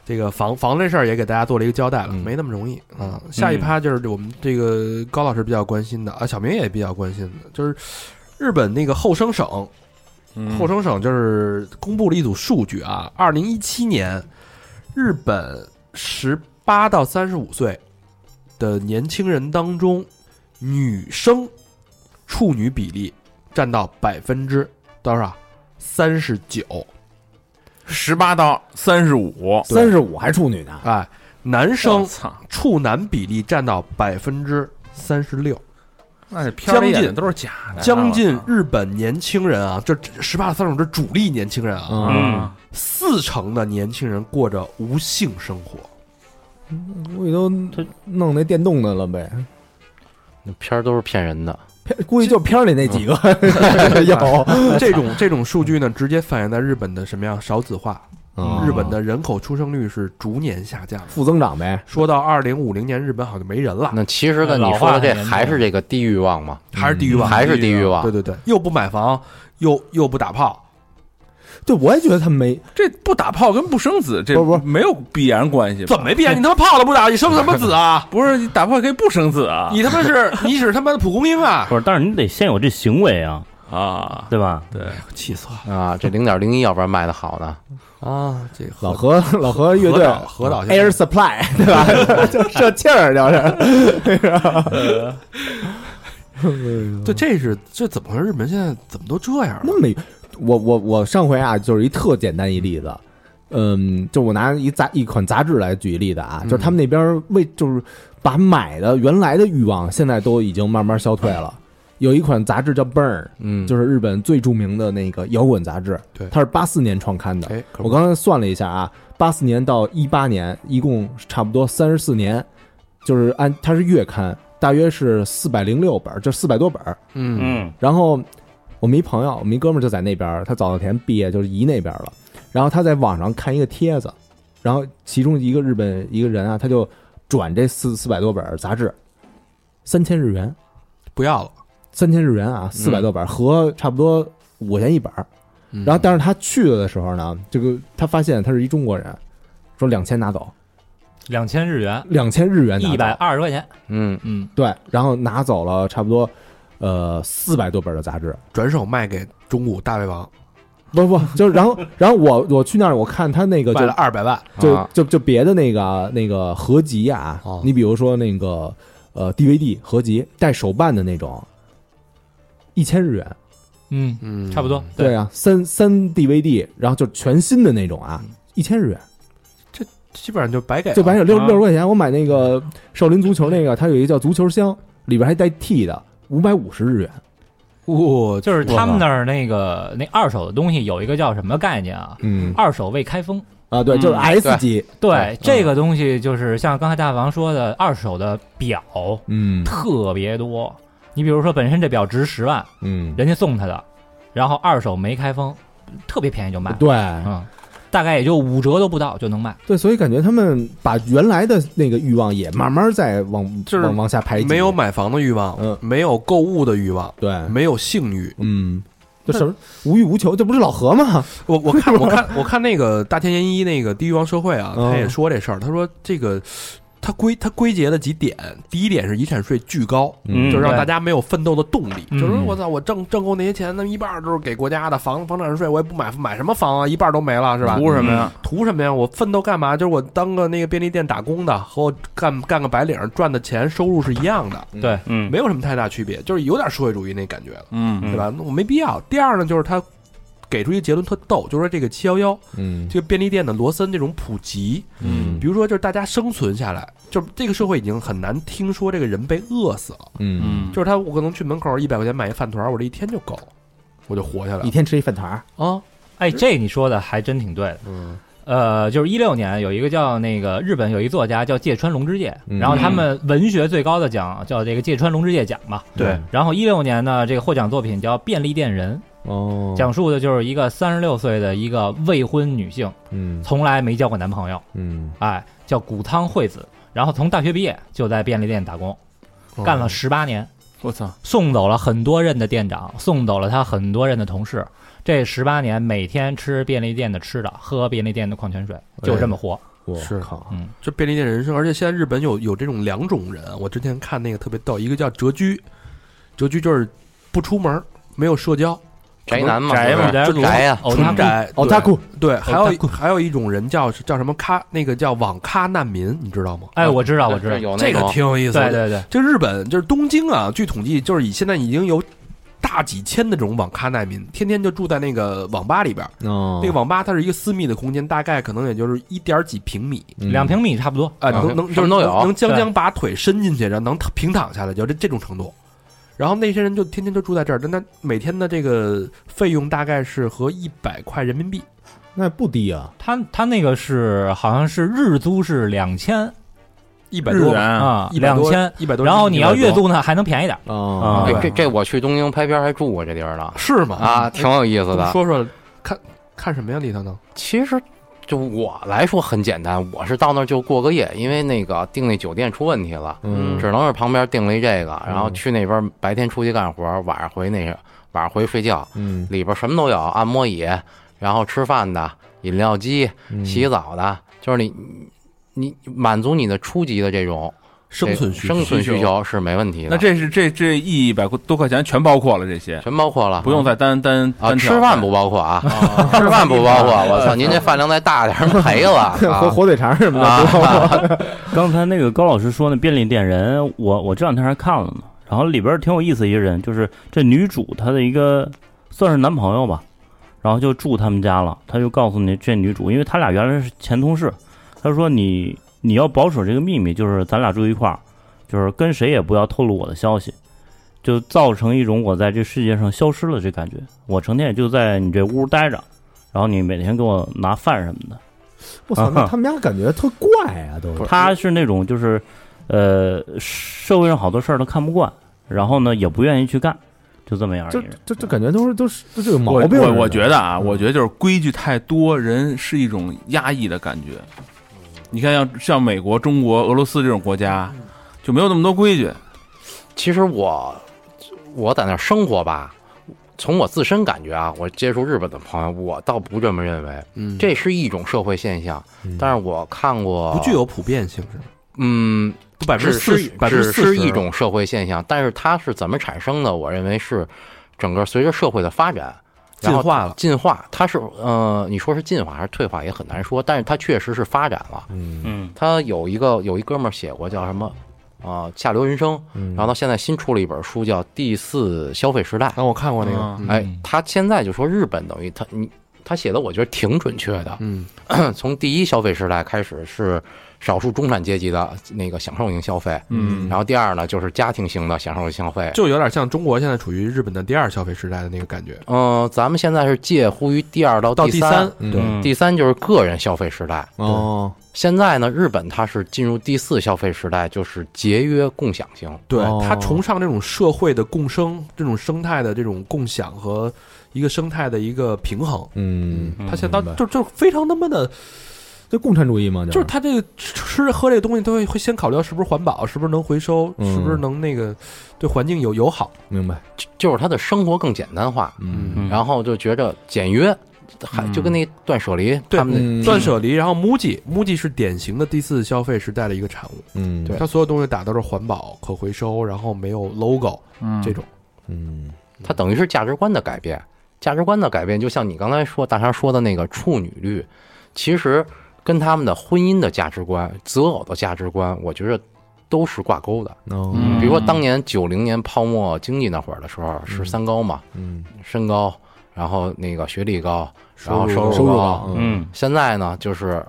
S2: 这个房房这事儿也给大家做了一个交代了，
S6: 嗯
S2: 没那么容易啊。下一趴就是我们这个高老师比较关心的啊，小明也比较关心的，就是日本那个厚生省，
S6: 嗯
S7: 嗯
S2: 厚生省就是公布了一组数据啊，二零一七年日本十八到三十五岁的年轻人当中，女生处女比例占到百分之多少？啊三十九，
S7: 十八到三十五，
S3: 三十五还处女呢，
S2: 哎，男生
S7: 我操，
S2: 处男比例占到百分之三十六，
S7: 那这片儿里
S2: 将近
S7: 演的都是假的，
S2: 将近
S7: 我操
S2: 日本年轻人啊，这十八到三十五这主力年轻人啊，
S7: 嗯
S2: 四成的年轻人过着无性生活。
S3: 估计都弄那电动的了呗，
S6: 那片儿都是骗人的。
S3: 片估计就片儿里那几个 [LAUGHS] 有，
S2: [LAUGHS] 这种这种数据呢，直接反映在日本的什么样少子化？
S3: 嗯
S2: 日本的人口出生率是逐年下降。
S3: 负增长呗，
S2: 说到二零五零年，日本好像没人
S3: 嗯
S2: 了，
S6: 那其实跟你说的这还是这个低欲望嘛，
S2: 还是地域网。
S6: 还是低欲
S3: 嗯
S6: 望
S2: 对。对对，又不买房，又又不打炮，
S3: 对，我也觉得他们没
S7: 这不打炮跟不生子这
S3: 不是不
S7: 没有必然关系吧，
S2: 怎么没必要？你他妈炮都不打，你生什么子
S3: [LAUGHS]
S2: 啊？
S7: 不是你打炮可以不生子啊？
S2: 你他妈是你只是他妈的蒲公英啊！
S5: 不是，但是你得先有这行为啊，
S7: 啊，
S5: 对吧？
S7: 对，
S2: 气死了
S6: 啊，这零点零一要不然卖的好呢，
S2: 啊！这
S3: 老何老何乐队
S2: 何导何导先生
S3: Air Supply 对吧？ [LAUGHS] 就射气儿就是，
S2: 对，这是这怎么回事？日本现在怎么都这样了？
S3: 那没我我我上回啊，就是一特简单一例子。嗯，就我拿一杂一款杂志来举例子啊，
S2: 嗯
S3: 就是他们那边为就是把买的原来的欲望，现在都已经慢慢消退了。有一款杂志叫《Burn》，
S6: 嗯，
S3: 就是日本最著名的那个摇滚杂志，
S2: 对
S3: 它是八四年创刊的。
S2: 哎，可
S3: 我刚才算了一下啊，八四年到一八年，一共差不多三十四年，就是按它是月刊，大约是四百零六本儿，就四百多本儿。
S2: 嗯
S5: 嗯
S3: 然后我们一朋友，我们一哥们儿就在那边儿，他早稻田毕业，就是姨那边儿了。然后他在网上看一个帖子，然后其中一个日本一个人啊，他就转这四四百多本儿杂志，三千日元，
S2: 不要了，
S3: 三千日元啊，四百多本儿合差不多五块钱一本儿。
S2: 嗯
S3: 然后，但是他去了的时候呢，这个他发现他是一中国人，说两千拿走，
S4: 两千日元，
S3: 两千日元拿走
S4: 一百二十块钱，
S6: 嗯，
S4: 嗯，
S3: 对，然后拿走了差不多呃四百多本儿的杂志，
S2: 转手卖给中古大胃王，
S3: 不不，就是然后然后我我去那儿我看他那个就
S2: 卖了二百万，
S3: 就
S6: 啊
S3: 就就别的那个那个合集啊
S2: 哦，
S3: 你比如说那个呃 DVD 合集带手办的那种，一千日元，
S4: 嗯，
S2: 嗯，
S4: [LAUGHS] 差不多，
S3: 对，啊，三三 DVD，然后就全新的那种啊，一千日元，
S2: 基本上就白给了，
S3: 就反正六
S5: 啊
S3: 六十块钱，我买那个少林足球那个，它有一个叫足球箱，里边还带 T 的，五百五十日元，哦
S2: 哇，
S4: 就是他们那儿那个那二手的东西有一个叫什么概念啊？
S3: 嗯
S4: 二手未开封。
S3: 啊，
S2: 嗯
S3: 对，就是 S 级，
S4: 对，
S3: 嗯
S4: 这个东西就是像刚才大王说的，二手的表
S3: 嗯
S4: 特别多。你比如说，本身这表值十万，
S3: 嗯，
S4: 人家送他的，然后二手没开封，特别便宜就卖了，
S3: 对
S2: 啊
S4: 嗯，大概也就五折都不到就能卖。
S3: 对，所以感觉他们把原来的那个欲望也慢慢在往
S2: 就是
S3: 往往下排挤，
S2: 没有买房的欲望，
S3: 嗯
S2: 没有购物的欲望，
S3: 对，
S2: 没有性欲。
S3: 嗯，这什么无欲无求，这不是老何吗？
S2: 我我看我看我看那个大天研一那个《地狱王社会》啊，
S3: 嗯
S2: 他也说这事儿，他说这个。他归他归结了几点，第一点是遗产税巨高，
S5: 嗯
S2: 就是让
S4: 对
S2: 大家没有奋斗的动力。
S4: 嗯
S2: 就是我操，我挣挣够那些钱，那么一半儿都是给国家的房房产税，我也不买买什么房啊，一半儿都没了是吧？嗯
S7: 图什么呀？
S2: 图什么呀？我奋斗干嘛？就是我当个那个便利店打工的，和我干干个白领儿赚的钱收入是一样的，
S5: 嗯，
S2: 没有什么太大区别，就是有点社会主义那感觉了，
S7: 嗯
S2: 对吧？那我没必要。第二呢，就是他给出一个结论特逗，就是说这个七幺幺
S3: 嗯
S2: 这个便利店的罗森这种普及，
S3: 嗯
S2: 比如说就是大家生存下来，就是这个社会已经很难听说这个人被饿死了，
S3: 嗯，
S7: 嗯，
S2: 就是他我可能去门口一百块钱买一饭团儿，我这一天就够，我就活下来
S3: 一
S2: 了
S3: 天吃一饭团儿，
S2: 啊，
S4: 哎，这你说的还真挺对的。嗯，呃，就是一六年有一个叫那个日本有一作家叫芥川龙之介，
S3: 嗯
S4: 然后他们文学最高的奖叫这个芥川龙之介奖嘛。
S3: 对，
S4: 然后一六年呢，这个获奖作品叫《便利店人
S3: 哦》，
S4: 讲述的就是一个三十六岁的一个未婚女性，
S3: 嗯
S4: 从来没交过男朋友，
S3: 嗯，
S4: 哎，叫谷仓惠子。然后从大学毕业就在便利店打工，
S2: 嗯
S3: 哦
S4: 干了十八年，
S7: 我操，
S4: 送走了很多任的店长，送走了他很多任的同事。这十八年每天吃便利店的吃的，喝便利店的矿泉水，
S2: 哎
S4: 就这么活。
S3: 我
S2: 是
S3: 靠，
S2: 就便利店人生，而且现在日本有有这种两种人，我之前看那个特别逗，一个叫蛰居，蛰居就是不出门，没有社交，
S6: 宅男嘛，
S7: 宅嘛
S6: 就是
S4: 宅
S6: 宅呀，
S4: 哦，
S2: 纯宅，
S3: 哦，
S2: 对
S3: 大酷，
S2: 对，还有一
S4: otaku
S2: 还有一种人叫叫什么咖，那个叫网咖难民，你知道吗？
S4: 哎，我知道，我知道，
S6: [LAUGHS] 有那
S2: 这个
S6: 种
S2: 啊挺有意思
S4: 对
S2: 的。
S4: 对对，
S2: 这日本就是东京啊，据统计，就是以现在已经有大几千的这种网咖难民，天天就住在那个网吧里边儿。
S3: 那
S2: 那个网吧它是一个私密的空间，大概可能也就是一点儿几平米，
S6: 嗯
S4: 两平米差不多。
S2: 啊、
S6: 啊
S2: 能能
S6: 什么都有
S2: 能能将
S4: 对
S2: 将把腿伸进去，然后能躺平躺下来，就这这种程度。然后那些人就天天就住在这儿，但他每天的这个费用大概是合一百块人民币，
S3: 那不低啊，
S4: 他他那个是好像是日租是两千
S2: 一百
S7: 日
S2: 多
S7: 元
S4: 啊，
S2: 一百
S4: 两
S2: 多
S4: 千。，
S2: 一百多。
S4: 然后你要
S2: 100多
S4: 月租呢，还能便宜点儿。
S3: 啊
S6: 哎
S4: 对
S6: 这这我去东京拍片儿还住过这地儿呢，
S2: 是吗？哎
S6: 啊，挺有意思的。
S2: 说说看看什么呀？里头呢？
S6: 其实就我来说很简单，我是到那儿就过个夜，因为那个订那酒店出问题了，
S3: 嗯
S6: 只能是旁边订了一这个，然后去那边白天出去干活，晚上回那个晚上回睡觉，
S3: 嗯，
S6: 里边什么都有，按摩椅，然后吃饭的、饮料机、
S3: 嗯
S6: 洗澡的，就是你你你满足你的初级的这种
S2: 生存
S6: 这
S2: 需
S6: 个生存需
S7: 需
S6: 求是没问题的，
S7: 那这是这这一百多块钱全包括了这些，
S6: 全包括了，
S7: 不用再单单
S6: 啊，
S7: 单挑
S6: 吃饭不包括啊， [LAUGHS] 吃饭不包括，
S2: 啊
S6: 我操，您这饭量再大点儿赔
S2: [LAUGHS]
S6: 了
S3: [LAUGHS] 火
S6: 啊。
S3: 火腿肠什么的，
S5: 刚才那个高老师说那便利店人，我我这两天还看了呢，然后里边儿挺有意思一个人，就是这女主她的一个算是男朋友吧，然后就住他们家了，他就告诉你这女主，因为他俩原来是前同事，他说你你要保守这个秘密，就是咱俩住一块儿，就是跟谁也不要透露我的消息，就造成一种我在这世界上消失了这感觉，我成天也就在你这屋待着，然后你每天给我拿饭什么的。
S3: 我操，那他们家感觉特怪啊，都
S5: 他是那种就是，呃，社会上好多事儿他看不惯，然后呢也不愿意去干，就这么样
S3: 就
S5: 一人。
S3: 就就感觉都是都是都是有毛
S7: 我
S3: 病似的，
S7: 我我觉得
S3: 嗯
S7: 啊，我觉得就是规矩太多，人是一种压抑的感觉。你看，像像美国、中国、俄罗斯这种国家，就没有那么多规矩。
S6: 其实我我在那儿生活吧，从我自身感觉啊，我接触日本的朋友，我倒不这么认为，
S2: 嗯，
S6: 这是一种社会现象。但是我看过，
S2: 不具有普遍性是吗？
S6: 嗯，
S2: 都百分
S6: 只
S2: 之四
S6: 是
S2: 十，百分
S6: 只
S2: 之四
S6: 是
S2: 十
S6: 一种社会现象，但是它是怎么产生的？我认为是整个随着社会的发展。然后
S2: 进化了
S6: 进化，它是呃，你说是进化还是退化也很难说，但是它确实是发展了。
S3: 嗯
S5: 嗯
S6: 他有一个有一哥们儿写过叫什么啊、呃下流人生，
S3: 嗯，
S6: 然后他现在新出了一本书叫《第四消费时代》。
S2: 啊，我看过那个，
S7: 嗯
S2: 嗯
S6: 哎，他现在就说日本等于他你他写的，我觉得挺准确的。
S2: 嗯，
S6: [CLEARS THROAT] 从第一消费时代开始是少数中产阶级的那个享受型消费，
S7: 嗯
S6: 然后第二呢就是家庭型的享受型消费。
S2: 就有点像中国现在处于日本的第二消费时代的那个感觉，
S6: 嗯、咱们现在是介乎于第二到
S2: 到
S6: 第
S2: 第三，
S3: 对
S5: 嗯
S6: 第三就是个人消费时代。
S3: 哦，
S6: 现在呢，日本它是进入第四消费时代，就是节约共享型。
S2: 对
S3: 哦
S2: 他崇尚这种社会的共生，这种生态的这种共享和一个生态的一个平衡。
S3: 嗯，
S2: 他现在
S3: 明白
S2: 就就非常他妈的，
S3: 就共产主义嘛，
S2: 就是他这个吃吃喝这个东西都会会先考虑到是不是环保，是不是能回收，
S3: 嗯
S2: 是不是能那个对环境有友好。
S3: 明白，
S6: 就是他的生活更简单化，
S3: 嗯，
S5: 嗯，
S6: 然后就觉着简约，还就跟那断舍离
S2: 对
S6: 他们
S3: 嗯
S2: 断舍离，然后 MUJI，MUJI 是典型的第四消费时代的一个产物，
S3: 嗯，
S6: 对
S2: 它所有东西打都是环保、可回收，然后没有 logo
S7: 嗯
S2: 这种。
S3: 嗯，
S6: 他等于是价值观的改变，价值观的改变，就像你刚才说大sáng说的那个处女率，其实跟他们的婚姻的价值观、择偶的价值观，我觉着都是挂钩的。
S3: 哦，
S7: 嗯
S6: 比如说当年九零年泡沫经济那会儿的时候，是三高嘛，
S3: 嗯，
S6: 身高，然后那个学历高，然后
S2: 收
S6: 收
S2: 入
S3: 收入
S6: 高。
S3: 高，嗯，
S5: 嗯
S6: 现在呢，就是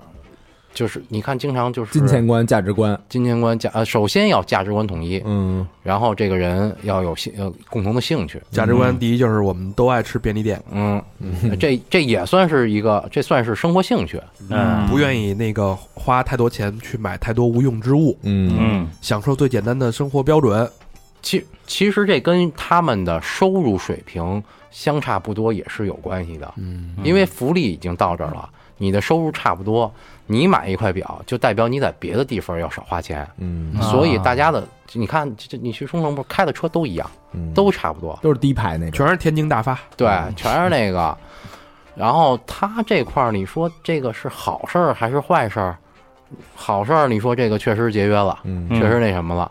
S6: 就是你看，经常就是
S3: 金钱观、价值观，
S6: 金钱观价呃，首先要价值观统一，
S3: 嗯，
S6: 然后这个人要有兴呃共同的兴趣，
S2: 价值观第一就是我们都爱吃便利店，
S6: 嗯，这这也算是一个，这算是生活兴趣，
S5: 嗯
S2: 不愿意那个花太多钱去买太多无用之物，
S3: 嗯，
S5: 嗯
S2: 享受最简单的生活标准。
S6: 其其实这跟他们的收入水平相差不多也是有关系的，
S2: 嗯，
S6: 因为福利已经到这儿了，你的收入差不多，你买一块表就代表你在别的地方要少花钱，
S3: 嗯，
S6: 所以大家的你看，这这你去冲绳不是开的车都一样，
S3: 嗯，
S6: 都差不多，
S3: 都是低排那种，
S2: 全是天津大发，
S6: 对，
S2: 嗯
S6: 全是那个。然后他这块儿，你说这个是好事儿还是坏事儿？好事儿，你说这个确实节约了，
S3: 嗯，
S5: 嗯
S6: 确实那什么了；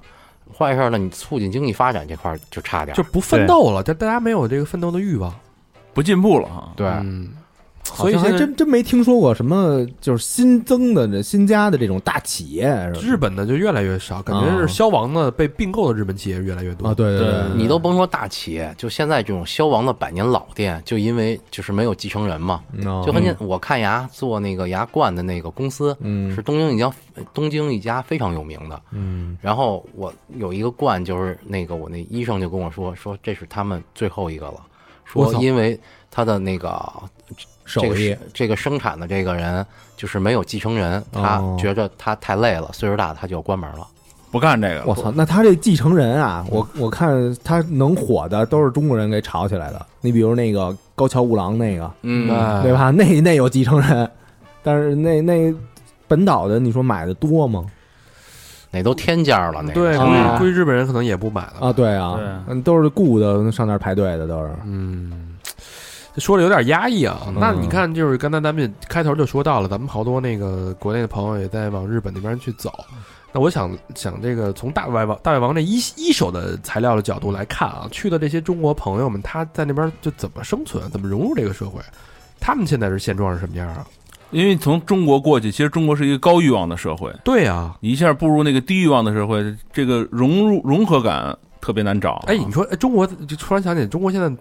S6: 坏事儿呢，你促进经济发展这块儿就差点儿
S2: 就。不奋斗了，但大家没有这个奋斗的欲望。
S7: 不进步了啊哈。
S6: 对，
S2: 嗯，
S3: 所
S2: 所
S3: 以
S2: 以
S3: 还
S2: 现在
S3: 真真没听说过什么就是新增的这新加的这种大企业是
S2: 日本的就越来越少，感
S3: 嗯
S2: 觉是消亡的被并购的日本企业越来越
S3: 吧？啊，
S2: 多。
S3: 对对
S5: 对
S6: 你都甭说大企业，就现在这种消亡的百年老店，就因为就是没有继承人嘛，就
S2: 哦
S3: 就
S6: 很简。
S2: 嗯
S6: 我看牙做那个牙冠的那个公司，
S3: 嗯
S6: 是东京一家东京一家非常有名的。
S3: 嗯
S6: 然后我有一个冠，就是那个我那医生就跟我说，说这是他们最后一个了，
S2: 我
S6: 说
S2: 操
S6: 因为他的那个
S3: 手
S6: 这个
S3: 艺
S6: 是，这个生产的这个人就是没有继承人，他
S3: 哦
S6: 觉着他太累了，岁数大他就要关门了。
S7: 不干这个
S3: 我
S7: 了，
S3: 操！那他这继承人啊，我我看他能火的都是中国人给炒起来的。你比如那个高桥吾郎那个，
S6: 嗯，
S2: 哎
S3: 对？吧？那那有继承人，但是那那本岛的，你说买的多吗？
S6: 那都天价了，那
S2: 对，
S6: 个
S2: 估
S5: 啊
S2: 计估计日本人可能也不买了吧
S3: 啊，。对啊，嗯都是雇的，上那儿排队的都是。
S2: 嗯，这说的有点压抑啊。
S3: 嗯
S2: 那你看，就是刚才咱们也开头就说到了，咱们好多那个国内的朋友也在往日本那边去走。那我想想，这个从大外王大外王这一一手的材料的角度来看啊，去的这些中国朋友们，他在那边就怎么生存，啊怎么融入这个社会？他们现在是现状是什么样啊？
S7: 因为从中国过去，其实中国是一个高欲望的社会，
S2: 对啊，
S7: 你一下步入那个低欲望的社会，这个融入融合感特别难找。
S2: 哎，你说，哎，中国就突然想起，中国现在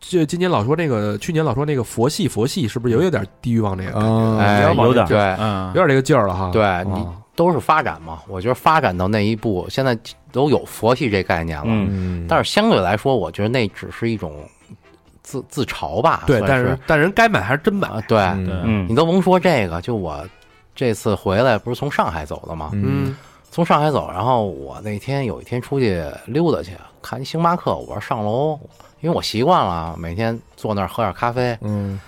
S2: 这今年老说那个，去年老说那个佛系，佛系是不是也有点地狱望这个，
S3: 啊，
S6: 哎
S5: 要往
S6: 有
S5: 这
S6: 点对
S7: 嗯
S2: 有，点这个劲儿了哈？
S6: 对，你
S2: 啊
S6: 都是发展嘛。我觉得发展到那一步，现在都有佛系这概念了，
S5: 嗯
S3: 嗯，
S6: 但是相对来说，我觉得那只是一种自自嘲吧。
S2: 对，
S6: 啊算
S2: 但
S6: 是
S2: 是但人该买还是真买，
S6: 啊，对
S3: 嗯
S5: 嗯
S6: 你都甭说这个，就我这次回来不是从上海走的吗？
S2: 嗯，
S6: 从上海走，然后我那天有一天出去溜达去，看一星巴克，我说上楼，因为我习惯了每天坐那儿喝点咖啡。
S3: 嗯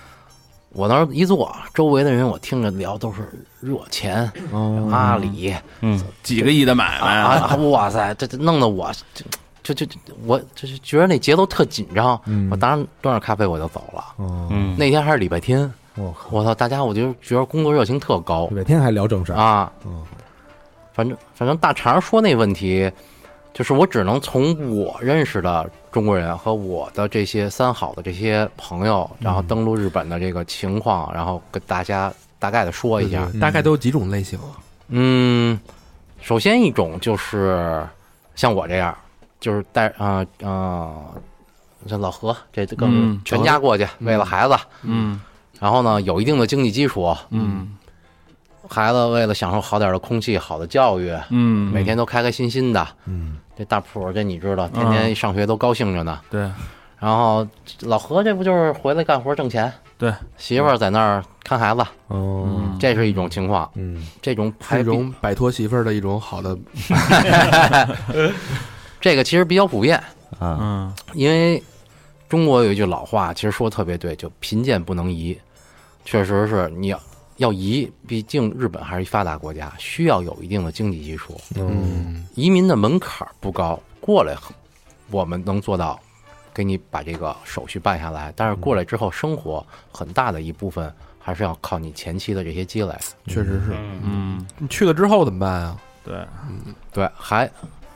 S6: 我那儿一坐，周围的人我听着聊都是热钱、
S3: 哦
S6: 阿里
S5: 嗯
S7: 几个亿的买
S6: 啊
S7: 卖，
S3: [LAUGHS]
S6: 啊，哇塞，这这弄得我就就就我就是觉得那节奏特紧张，
S3: 嗯
S6: 我当时端着咖啡我就走了。
S3: 哦，
S5: 嗯，
S6: 那天还是礼拜天，
S3: 我靠，
S6: 我操，大家我就觉得工作热情特高
S3: 每天还聊正事儿，
S6: 啊
S3: 嗯。
S6: 反正反正大肠说那问题，就是我只能从我认识的中国人和我的这些三好的这些朋友，然
S3: 嗯
S6: 后登陆日本的这个情况，然后跟大家大概的说一下。
S2: 大概都有几种类型啊？
S6: 嗯，首先一种就是像我这样，就是带啊啊，呃像老何这更
S7: 嗯
S6: 全家过去，为了孩子，
S7: 嗯
S6: 然后呢有一定的经济基础，
S7: 嗯
S6: 孩子为了享受好点的空气、好的教育，
S7: 嗯，
S6: 每天都开开心心的。
S3: 嗯，
S6: 这大普这你知道，天天上学都高兴着呢。
S7: 对，
S6: 然后老何这不就是回来干活挣钱？
S7: 对，嗯
S6: 媳妇儿在那儿看孩子，
S3: 哦，
S6: 这是一种情况。
S3: 嗯，
S6: 这种
S2: 是
S6: 还
S2: 一
S6: 比
S2: 种摆脱媳妇儿的一种好的，
S6: 这个其实比较普遍，
S5: 啊，
S7: 嗯
S6: 因为中国有一句老话，其实说得特别对，就贫贱不能移。确实是你要要移，毕竟日本还是一发达国家，需要有一定的经济基础。
S3: 嗯，
S6: 移民的门槛儿不高，过来很我们能做到，给你把这个手续办下来。但是过来之后，生活很大的一部分还是要靠你前期的这些积累。
S2: 确实是。
S7: 嗯，
S2: 你去了之后怎么办啊？
S7: 对，
S6: 对，还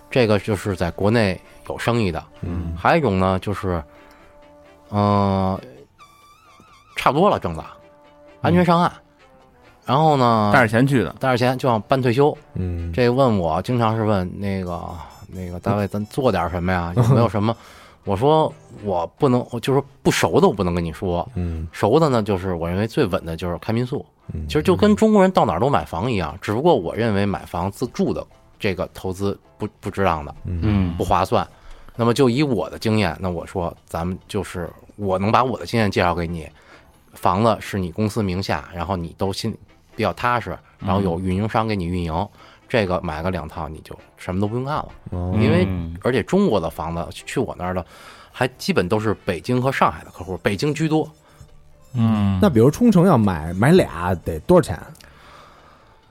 S6: 这个就是在国内有生意的，
S3: 嗯，
S6: 还有一种呢就是，嗯、差不多了挣的，安全上岸，然后呢，
S7: 带着钱去的，
S6: 带着钱就想办退休，
S3: 嗯，
S6: 这问我经常是问那个那个单位，咱做点什么呀？有没有什么？ [LAUGHS] 我说我不能，我就是不熟的，我不能跟你说。
S3: 嗯，
S6: 熟的呢，就是我认为最稳的就是开民宿。
S3: 嗯
S6: 其实就跟中国人到哪儿都买房一样，只不过我认为买房自住的这个投资不不值当的，
S5: 嗯
S6: 不划算。那么就以我的经验，那我说咱们就是我能把我的经验介绍给你，房子是你公司名下，然后你都心里比较踏实，
S4: 嗯
S6: 然后有运营商给你运营，这个买个两套你就什么都不用干了，
S3: 哦
S6: 因为
S5: 嗯
S6: 而且中国的房子去我那儿的，还基本都是北京和上海的客户，北京居多。
S7: 嗯
S3: 那比如冲绳要买买俩得多少钱？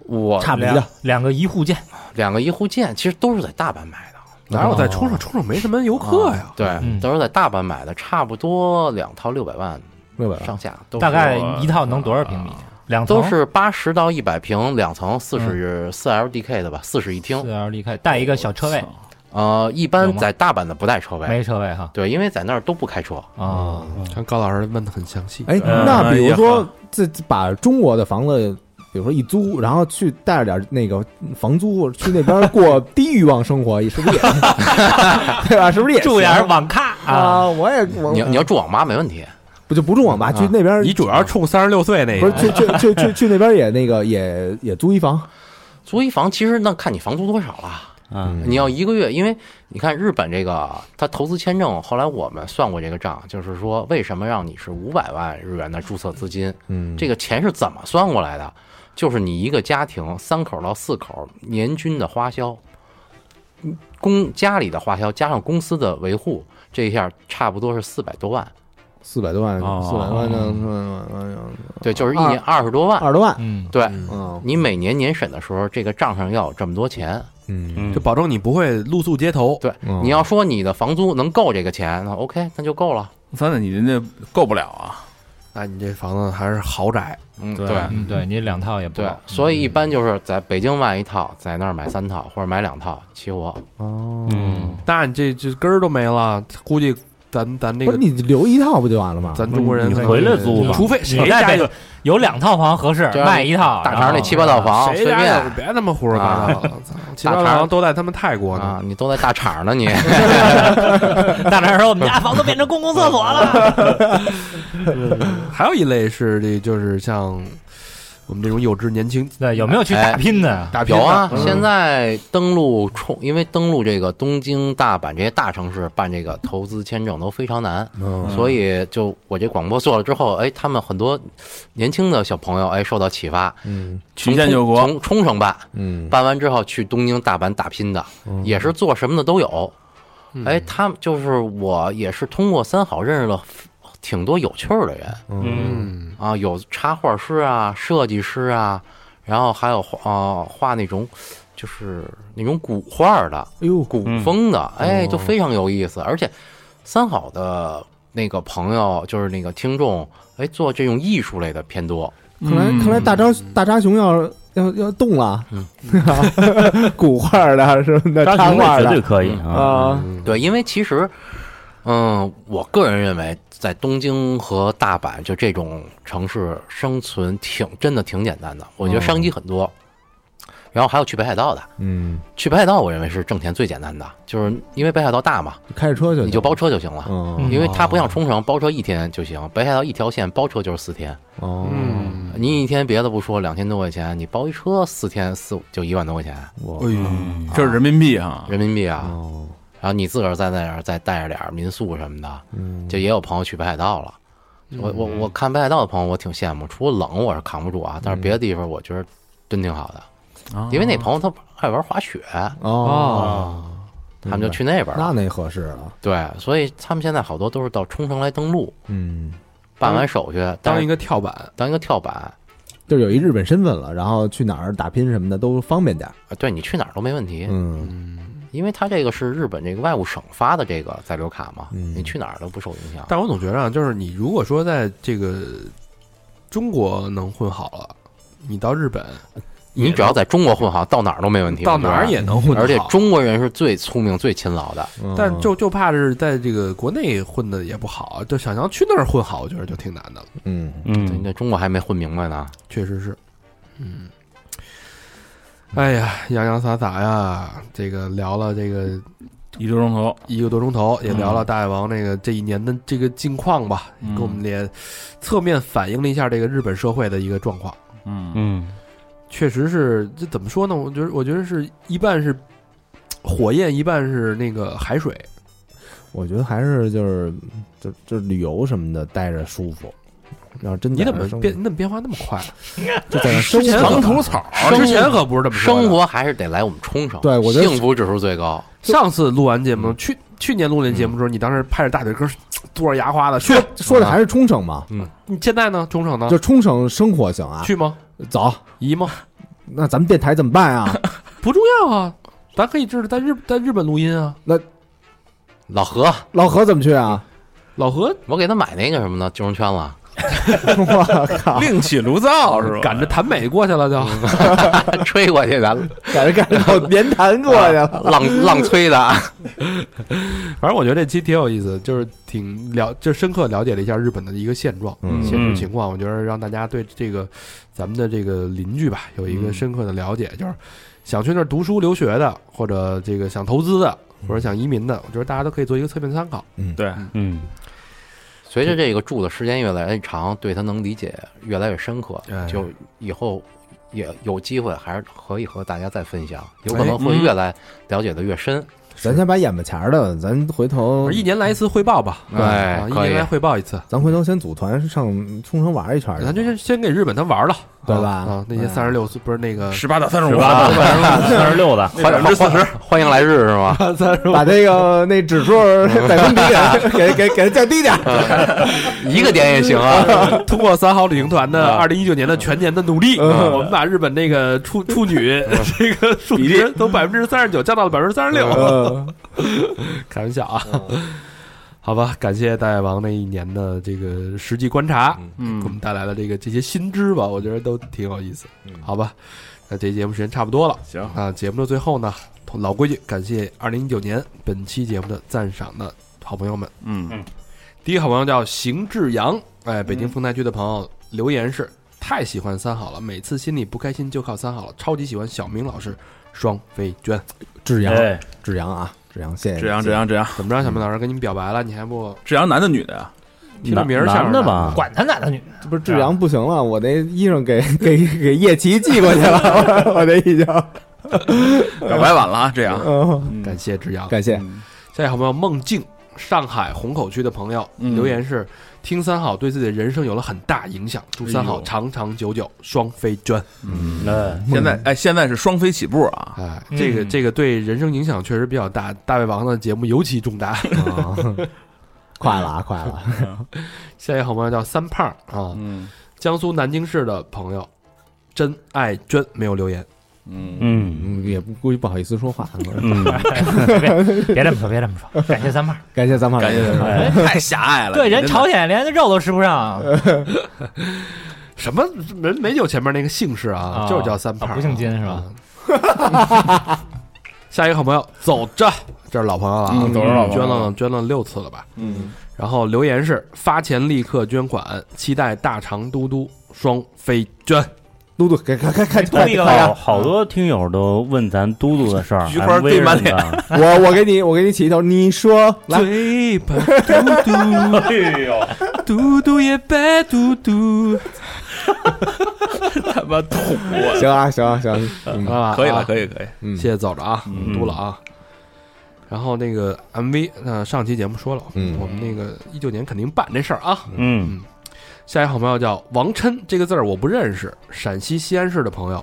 S6: 我
S3: 差不离
S4: 两
S3: 的，
S4: 两个一户建，
S6: 两个一户建其实都是在大阪买的，啊
S2: 哪有在冲上冲上没什么游客呀？
S6: 对，
S4: 嗯
S6: 都是在大阪买的，差不多两套六百万
S3: 六百万
S6: 上下，都是
S4: 大概一套能多少平
S2: 啊
S4: 米？两层
S6: 都是八十到一百平，两层四
S4: 嗯
S6: 十四 LDK 的吧，四室一厅
S4: 四。L D K，带一个小车位，
S6: 呃，一
S4: 有
S6: 般
S4: 吗
S6: 在大阪的不带车位，
S4: 没车位哈
S6: 对，因为在那儿都不开车。
S4: 啊，
S2: 看高老师问的很详细。
S3: 哎，
S6: 呃
S5: 嗯
S3: 那比如
S7: 也
S3: 说这这把中国的房子，比如说一租，然后去带着点那个房租去那边过
S6: [LAUGHS]
S3: 低欲望生活，是不是也 [LAUGHS] 对吧？是不是也
S4: 住点儿
S3: 行
S4: 网咖啊，
S3: 啊？我也我
S6: 你要你啊要住网吧没问题，
S3: 不就不住网吧，去那边
S2: 你主要是冲三十六
S7: 哎
S2: 岁那
S3: 不是
S2: 个，
S3: 去去去去去那边也那个也也租一房，
S6: 租一房其实那看你房租多少了。
S5: 嗯
S6: 你要一个月，因为你看日本这个，它投资签证，后来我们算过这个账，就是说为什么让你是五百万日元的注册资金，
S3: 嗯
S6: 这个钱是怎么算过来的？就是你一个家庭三口到四口年均的花销，嗯公家里的花销加上公司的维护，这一下差不多是四百多万，
S3: 四百多万，
S7: 哦
S3: 四百万呢，四百万呢，
S6: 对，就是一年二十多万。
S3: 二十多万，
S4: 嗯，
S6: 对
S3: 嗯
S6: 你每年年审的时候，这个账上要有这么多钱。
S3: 嗯
S5: 嗯
S2: 就保证你不会露宿街头。
S6: 对，
S3: 嗯
S6: 你要说你的房租能够这个钱，那 OK，那就够了。
S7: 三子，你人家够不了啊，
S2: 那你这房子还是豪宅，
S6: 嗯，
S7: 对
S6: 对
S4: 嗯，对你两套也不
S6: 对
S4: 够，，
S6: 所以一般就是在北京买一套，在那儿买三套或者买两套齐活。
S3: 哦，
S5: 嗯
S2: 那你这这根儿都没了，估计咱咱那
S3: 不是
S2: 个
S3: 你留一套不就完了吗？
S2: 咱中国人
S5: 你回来租吧
S2: 嗯除非
S4: 你
S2: 谁
S4: 在
S2: 家
S4: 北
S2: 有
S4: 有两套房合适，
S6: 对啊
S4: 卖一套，
S6: 大
S4: 然
S6: 肠
S4: 后
S6: 那七八套房
S2: 啊谁
S6: 随
S2: 家有
S6: 便
S2: 别他妈胡说八道了，操其他
S6: 大
S2: 的
S6: 肠
S2: 好像都在他们泰国
S6: 啊
S2: 呢。，
S6: 你都在大厂呢你。
S4: 大肠说我们家房都变成公共厕所了，
S2: 还有一类是这就是像我们这种有志年轻
S4: 对，有没有去打拼的？
S2: 打拼
S6: 有
S2: 的
S6: 啊，
S2: 嗯
S6: 现在登陆冲，因为登陆这个东京、大阪这些大城市办这个投资签证都非常难，
S3: 嗯
S6: 所以就我这广播做了之后，哎，他们很多年轻的小朋友哎受到启发，
S3: 嗯
S7: 曲线救国，
S6: 从冲绳办，
S3: 嗯
S6: 办完之后去东京、大阪打拼的，
S2: 嗯
S6: 也是做什么的都有。哎，他们就是我也是通过三好认识了挺多有趣儿的人，
S5: 嗯
S2: 嗯，
S6: 啊，有插画师啊、设计师啊，然后还有画、呃、画那种就是那种古画的、
S3: 哎呦，哦
S6: 古风的，哎，就非常有意思。而且三好的那个朋友，就是那个听众，哎，做这种艺术类的偏多。
S3: 看来看来大扎大扎熊要要要动了， [LAUGHS] 古画的什么的，
S5: 扎
S3: 插
S5: 熊
S3: 画
S5: 那绝对
S3: 的
S5: 可以啊，
S3: 啊，
S6: 对，因为其实，嗯，我个人认为，在东京和大阪就这种城市生存挺真的挺简单的，我觉
S3: 哦
S6: 得商机很多。然后还有去北海道的，
S3: 嗯，
S6: 去北海道我认为是挣钱最简单的，就是因为北海道大嘛，
S3: 开着车就
S6: 你就包，车就行了。
S3: 嗯
S6: 因为它不像冲绳包车一天就行，北海道一条线包车就是四天。
S3: 哦，
S6: 嗯你一天别的不说，两千多块钱，你包一车四天四五就一万多块钱
S3: 我
S2: 哎呦，
S7: 这是人民币哈，
S6: 人民币啊。
S3: 哦，
S6: 然后你自个儿在那儿再带着点儿民宿什么的，
S3: 嗯
S6: 就也有朋友去北海道了。我我我看北海道的朋友，我挺羡慕，除了冷我是扛不住啊，
S3: 嗯
S6: 但是别的地方我觉得真挺好的，
S7: 啊
S6: 因为那朋友他爱玩滑雪，
S3: 哦，
S6: 他们就去那边
S3: 那
S6: 了。
S3: 那合适啊了，
S6: 对，所以他们现在好多都是到冲绳来登陆，
S3: 嗯，
S6: 办完手续，
S2: 当
S6: 当
S2: 一
S6: 一
S2: 个跳板，
S6: 当一个跳板，
S3: 就是有一日本身份了，然后去哪儿打拼什么的都方便点儿，
S6: 呃对你去哪儿都没问题，
S3: 嗯，
S6: 因为他这个是日本这个外务省发的这个在留卡嘛，
S3: 嗯
S6: 你去哪儿都不受影响。
S2: 但我总觉着啊，就是你如果说在这个中国能混好了，你到日本，
S6: 你只要在中国混好，到哪儿都没问题。
S2: 到
S6: 我觉
S2: 哪
S6: 得
S2: 儿也能混得好，
S6: 而且中国人是最聪明、最勤劳的。
S3: 嗯
S2: 但就就怕是在这个国内混的也不好，就想要去那儿混好，我觉得就挺难的了。
S3: 嗯，
S6: 对
S5: 嗯，
S6: 那中国还没混明白呢。
S2: 确实是，嗯，哎呀，洋洋洒洒呀，这个聊了这个
S7: 一个钟头，
S2: 一个多钟头，也聊
S7: 嗯
S2: 了大野王那个这一年的这个近况吧，
S7: 嗯
S2: 跟我们也侧面反映了一下这个日本社会的一个状况。
S7: 嗯，
S5: 嗯，
S2: 确实是，这怎么说呢？我觉得，我觉得是一半是火焰，一半是那个海水。
S3: 我觉得还是就是就就旅游什么的待着舒服，然后真
S2: 你
S3: 在
S2: 怎
S3: 那
S2: 么
S3: 儿生
S2: 变？你怎么变化那么快？啊
S3: 就在那儿生
S2: 之前
S3: 活
S2: 可
S3: 着
S2: 吐槽，
S6: 生
S2: 之前可不是这么说的
S6: 生活还是得来我们冲绳，
S3: 对我觉得
S6: 幸福指数最高。
S2: 上次录完节目，去去年录那节目的时候，你当时拍着大腿根儿嘟着牙花的去。
S3: 说的还是冲绳嘛，
S2: 你现在呢？冲绳呢？
S3: 就冲绳生活行啊，
S2: 去吗？
S3: 走，
S2: 移吗？
S3: 那咱们电台怎么
S2: [LAUGHS]
S3: 办啊？
S2: 不重要啊，咱可以这是在日在日本录音啊。
S6: 老何，
S3: 老何怎么去
S2: [LAUGHS]
S3: 啊？
S2: 老何
S6: 我给他买那个什么呢？救生圈了， [LAUGHS]
S3: 我靠，
S7: 另起炉灶是吧？
S2: 啊赶着谭美过去了就，
S6: 吹过去咱
S3: 感觉感觉到连谈过去
S2: 啊
S3: 了。
S6: 浪浪吹的。
S2: [LAUGHS]
S6: 啊
S2: 反正我觉得这期挺有意思，就是挺了，就深刻了解了一下日本的一个现状、
S3: 嗯
S2: 现实情况。我觉得让大家对这个咱们的这个邻居吧，有一个深刻的了解，就是想去那儿读书留学的，或者这个想投资的，或者想移民的，我觉得大家都可以做一个侧面参考。
S7: 对，
S5: 嗯，
S6: 随着这个住的时间越来越长，对他能理解越来越深刻
S2: 哎，
S6: 就以后。也有机会，还是可以和大家再分享，有可能会越来了解的越深。
S3: 咱先把眼巴前儿的，咱回头
S2: 而一年来一次汇报吧，
S6: 哎
S2: 啊一
S6: 可以
S2: 年来汇报一次。
S3: 咱回头先组团上冲绳玩一圈儿去，
S2: 咱就先先给日本他玩了，
S3: 对吧
S2: 啊，啊那些
S3: 哎
S2: 三十六岁不是那个
S7: 十八到三十五，
S5: 三十六的，
S6: 欢迎欢迎欢迎来日是吗？
S3: 把这个那指
S2: [LAUGHS]
S3: 数再分低点儿，给给给它降低点儿。
S6: 一个点也行啊。
S2: 通过三好旅行团的二零一九年的全年的努力，我们把日本那个处处女 [LAUGHS] 这个数值从百分之三十九降到了百分之三十六，
S3: 嗯
S2: 开玩笑啊。
S7: 嗯
S2: [LAUGHS] 好吧，感谢大野王那一年的这个实际观察，给我们
S7: 嗯，
S2: 带来了这个这些新知吧，我觉得都挺有意思。好吧，那这期节目时间差不多了。
S7: 行，
S2: 啊，节目的最后呢，同老规矩，感谢二零一九年本期节目的赞赏的好朋友们。
S7: 嗯，
S2: 第一个好朋友叫邢志阳，哎，北京丰台区的朋友、留言是太喜欢三好了，每次心里不开心就靠三好了，超级喜欢小明老师双飞娟，
S3: 志阳，
S5: 哎，
S3: 志阳啊，志阳，谢谢你，
S7: 这样这样这样，
S2: 怎么着，小明老师跟你们表白了，你还不
S7: 这样男的女的呀？
S2: 听着名儿像
S5: [LAUGHS] 男
S2: 是
S5: 的？吧？
S4: 管他男的女的，
S3: 不是志阳不行了，我那衣裳给 [LAUGHS] 给给叶琪寄过去了， [LAUGHS] 我这已经，
S7: 表白晚了啊，这样，
S3: 嗯，
S7: 嗯
S2: 感谢志阳，
S3: 感谢，
S7: 嗯
S2: 下一个好朋友梦境，上海虹口区的朋友、
S7: 嗯
S2: 留言是：听三好对自己的人生有了很大影响，祝三
S7: 哎
S2: 好
S7: 呦
S2: 长长久久，双飞娟。
S5: 哎，
S7: 现在哎，现在是双飞起步啊，
S2: 哎，这个这个对人生影响确实比较大，大胃王的节目尤其重
S7: [LAUGHS]
S2: 大。
S3: 啊 [LAUGHS] 快了啊，快了，
S2: 下一个好朋友叫三胖啊，
S7: 嗯
S2: 江苏南京市的朋友，真爱娟没有留言，
S7: 嗯，
S5: 嗯
S3: 嗯，也不估计不好意思说话。
S5: 嗯，
S4: [LAUGHS] 别这么说，别这么说，感谢三妹儿。
S3: 感谢咱们，
S7: 感觉
S5: 哎
S7: 太狭隘了。
S4: 对，人
S7: 真的
S4: 朝鲜连肉都吃不上，
S2: 什么人没有前面那个姓氏啊，
S4: 啊
S2: 就是叫三胖，
S4: 啊不姓金是吧
S2: 嗯？下一个好朋友，走着，这是老朋友了啊，
S7: 嗯走着老朋友
S2: 捐了捐了六次了吧？
S7: 嗯，
S2: 然后留言是发钱立刻捐款，期待大肠嘟嘟双飞捐。
S3: 嘟嘟，看看看看，
S4: 嘟一个吧
S5: 哎好好多听友都问咱嘟嘟的事 [LAUGHS] 儿，
S7: 菊花
S5: 还
S7: 堆满
S5: 微软的
S3: [LAUGHS] 我我给你我给你起一头，你说来，
S2: 嘴巴嘟
S5: [LAUGHS] 哎呦，
S2: 嘟，嘟嘟也白嘟嘟，
S7: 他妈土，
S3: 行啊行啊行啊，嗯
S2: 啊
S7: 可以了，
S2: 啊
S7: 可以，可以。
S3: 嗯
S2: 谢谢走着啊，
S5: 嗯
S2: 嘟了啊。然后那个 MV，呃，上期节目说了，
S3: 嗯
S2: 我们那个一九年肯定办这事儿啊。
S5: 嗯
S2: 下一好朋友叫王琛，这个字儿我不认识，陕西西安市的朋友，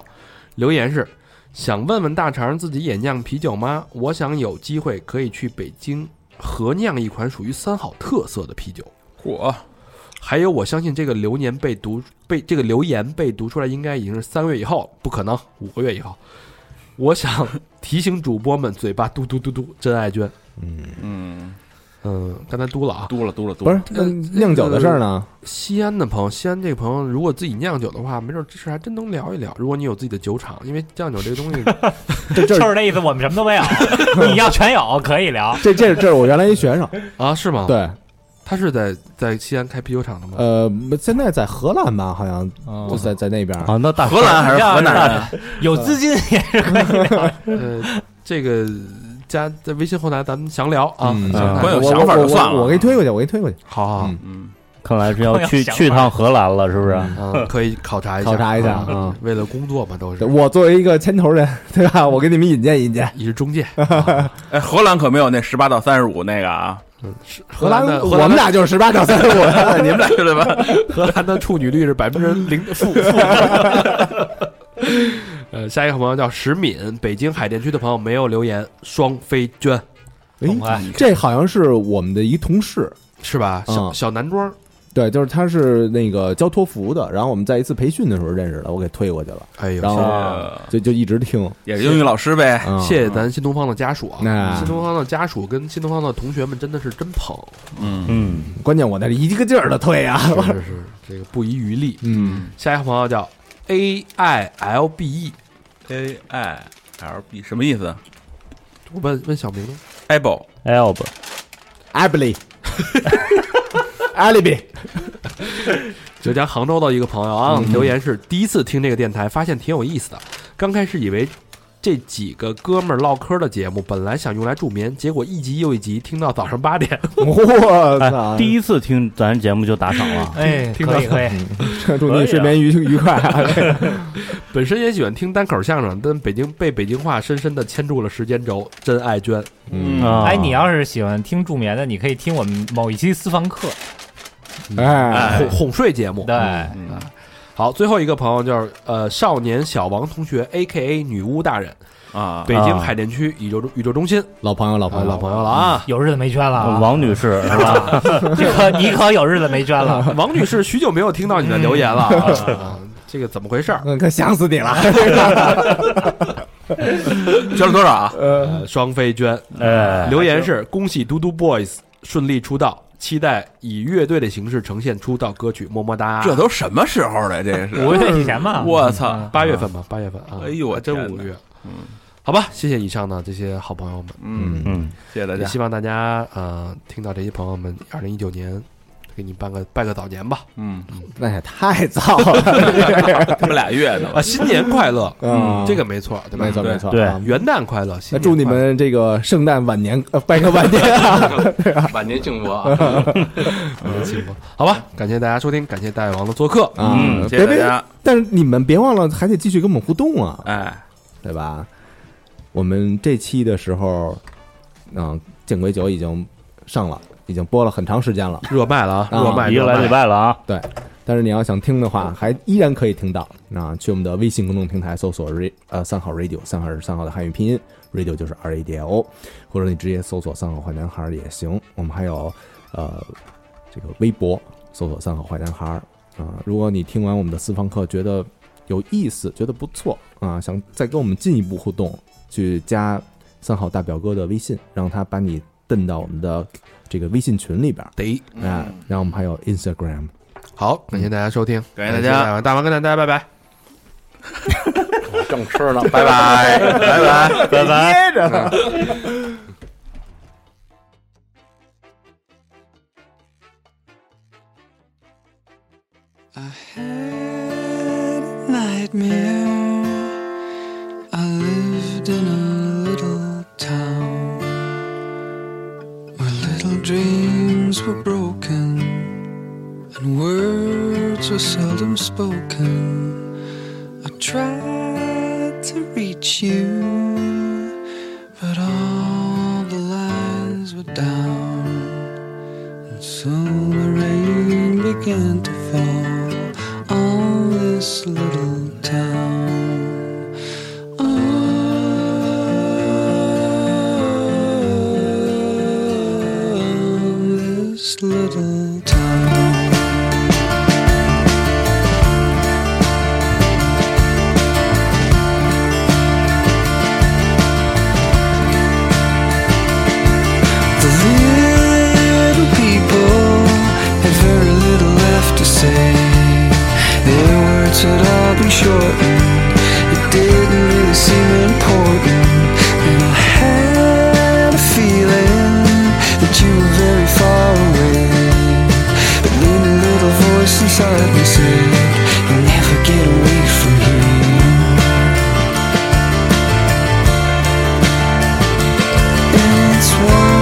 S2: 留言是想问问大肠自己也酿啤酒吗？我想有机会可以去北京合酿一款属于三好特色的啤酒。
S7: 嚯，
S2: 还有，我相信这个流年被读被这个留言被读出来，应该已经是三个月以后了，不可能五个月以后。我想提醒主播们，嘴巴嘟嘟嘟嘟，真爱娟，
S7: 嗯，
S2: 嗯，刚才嘟了啊。
S7: 嘟了，嘟了，嘟
S3: 不
S7: 了。
S3: 是那酿酒的事儿呢？
S2: 西安的朋友，西安这个朋友，如果自己酿酒的话，没准这事还真能聊一聊。如果你有自己的酒厂，因为酿酒这个东
S3: [LAUGHS]
S2: 西，
S7: 呃
S3: 这这
S4: 就是那意思，我们什么都没有。你要全有可以聊，
S3: 这这这是我原来一学生，
S2: 啊，是
S7: 哦
S2: 吗？，
S3: 对，
S2: 他是在在西安开啤酒厂的吗？
S3: 呃，现在在荷兰吧，好像
S4: 嗯
S3: 就
S7: 哦
S3: 在在那边儿。
S5: 啊，那 [LAUGHS] 大
S7: 荷兰还是河南人？
S4: 有资金也是可以聊。
S2: 呃，这个加在微信后台，咱们详聊啊，
S3: 嗯
S2: 详
S7: 朋
S2: 谈。
S7: 友
S3: 我
S7: 想法
S3: 我
S7: 就算了啊
S3: 我我给你推过去，我给你推过去，
S2: 好好好，
S3: 嗯
S7: 嗯，
S5: 看来是 [LAUGHS] 要嗯
S4: 光
S5: 去
S4: 有想法
S5: 去趟荷兰了，是不是？
S2: 啊，可以考察一下，嗯
S3: 考察一下啊。
S2: 为了工作嘛，都是
S3: 对我作为一个牵头人，对吧？我给你们引荐引荐。
S2: 你是中介，
S7: 哎，荷兰可没有那十八到三十五那个啊，
S2: 荷兰的荷
S3: 我
S2: 兰的
S3: 们俩就是十八到三十
S2: [LAUGHS]
S3: 五，哎
S7: 你们俩去了吧？
S2: 荷兰的处女率是百分之零负。 [LAUGHS] 负呃，下一个好朋友叫石敏，北京海淀区的朋友没有留言，双飞娟
S4: 懂了
S2: 啊
S3: 哎，这好像是我们的一同事，
S2: 是吧？小
S3: 嗯
S2: 小男装，
S3: 对，就是他是那个教托福的，然后我们在一次培训的时候认识的，我给推过去了，
S2: 哎呦
S3: 然，后
S7: 哦
S3: 就就一直听。
S7: 也是英语老师呗。
S3: 嗯
S2: 谢谢咱新东方的家属啊，
S3: 那
S2: 新东方的家属跟新东方的同学们真的是真捧，
S7: 嗯，
S5: 嗯，
S3: 关键我那是一个劲儿的推啊。
S2: 是是是，这个不遗余力。
S3: 嗯，
S2: 下一个朋友叫 A I L B E，
S7: A I L B 什么意思
S2: 问问小明呢？
S7: ？Able
S5: l b
S3: a b l y a l i b y
S2: 浙江杭州的一个朋友啊，留言是第一次听这个电台，发现挺有意思的。刚开始以为这几个哥们儿唠嗑的节目，本来想用来助眠，结果一集又一集听到早上八点，
S3: 我操！
S5: 哎，第一次听咱节目就打赏了，
S4: 哎，可以可以，
S3: 祝你睡眠愉愉快啊。
S2: 本身也喜欢听单口相声，但北京被北京话深深的牵住了时间轴，真爱娟。
S7: 嗯
S5: 啊
S4: 哎，你要是喜欢听助眠的，你可以听我们某一期私房课。
S3: 哎，
S2: 哄哄睡节目。
S4: 对，
S7: 嗯
S2: 好，最后一个朋友就是呃少年小王同学，A K A 女巫大人，
S7: 啊，
S2: 北京海淀区宇宙宇宙中心
S3: 老朋友，老
S2: 啊
S3: 朋友，
S2: 老朋友了啊。
S4: 有日子没捐了啊，
S5: 王女士是吧？
S4: 这可 [LAUGHS] 你可有日子没捐 [LAUGHS] 了。
S2: 王女士，许久没有听到你的留言了啊，啊这个怎么回事儿？
S3: 嗯，可想死你了。
S7: 捐了多少啊？
S2: 呃，双飞娟
S4: 呃
S5: 哎，
S2: 留言是：恭喜嘟嘟 boys 顺利出道，期待以乐队的形式呈现出道歌曲，么么哒。
S7: 这都什么时候了？这是
S4: 五月以前嘛，
S3: 嗯
S7: 我操！
S2: 八月份吧，八月份啊。
S7: 哎呦我
S2: 还真
S7: 天
S2: 五
S7: 哪
S2: 月。嗯好吧，谢谢以上的这些好朋友们，
S7: 嗯，
S5: 嗯，
S7: 谢谢大
S2: 也
S7: 家。
S2: 希望大家呃听到这些朋友们，二零一九年给你办个拜个早年吧，
S7: 嗯，
S3: 那也太早
S7: [LAUGHS]
S3: 了，
S7: 他们俩月呢吧
S2: 啊，？新年快乐，
S3: 嗯
S2: 这个没错，对吧？
S3: 没错
S7: 对
S3: 没错。
S5: 对
S3: 啊
S2: 元旦快乐，新
S3: 那
S2: 年
S3: 祝你
S2: 快乐
S3: 们这个圣诞晚年，呃，拜个晚年
S7: [LAUGHS]
S3: 啊！
S6: 晚年幸福啊！
S2: 嗯幸福，好吧？感谢大家收听，感谢大胃王的做客，
S3: 啊
S5: 嗯
S7: 谢谢
S3: 别
S7: 大
S3: 别
S7: 家。
S3: 但是你们别忘了，还得继续跟我们互动啊，
S7: 哎，
S3: 对吧？我们这期的时候，嗯、见鬼酒已经上了，已经播了很长时间了。
S2: 热卖了啊，
S3: 啊
S2: 热卖，
S5: 一个
S2: 热
S5: 来
S2: 卖
S5: 礼拜了啊，
S3: 对，但是你要想听的话，还依然可以听到。那去我们的微信公众平台搜索 “ra” 呃三号 radio，三号是三号的汉语拼音，radio 就是 R A D I O，或者你直接搜索“三好坏男孩儿”也行。我们还有呃这个微博搜索“三好坏男孩儿”啊、如果你听完我们的私房课觉得有意思，觉得不错啊，想再跟我们进一步互动，去加三好大表哥的微信，让他把你蹬到我们的这个微信群里边儿
S2: 得
S3: 啊。然后我们还有 Instagram，
S2: 好，感谢大家收听，
S7: 感谢大家
S2: 晚上大王跟大家拜拜。
S6: [LAUGHS] 正吃呢，
S2: [LAUGHS]
S6: 拜拜，拜拜。
S5: 拜拜。
S8: I had a nightmare. I lived in a little town where little dreams were broken and words were seldom spoken. I tried to reach you, but all the lines were down. And so the rain began to fall on this little town. On this little town. The little people had very little left to say. Their words had all been shortened. It didn't really seem important. And I had a feeling that you were very far away. But then a little voice inside me said, You'll never get away from here. It's one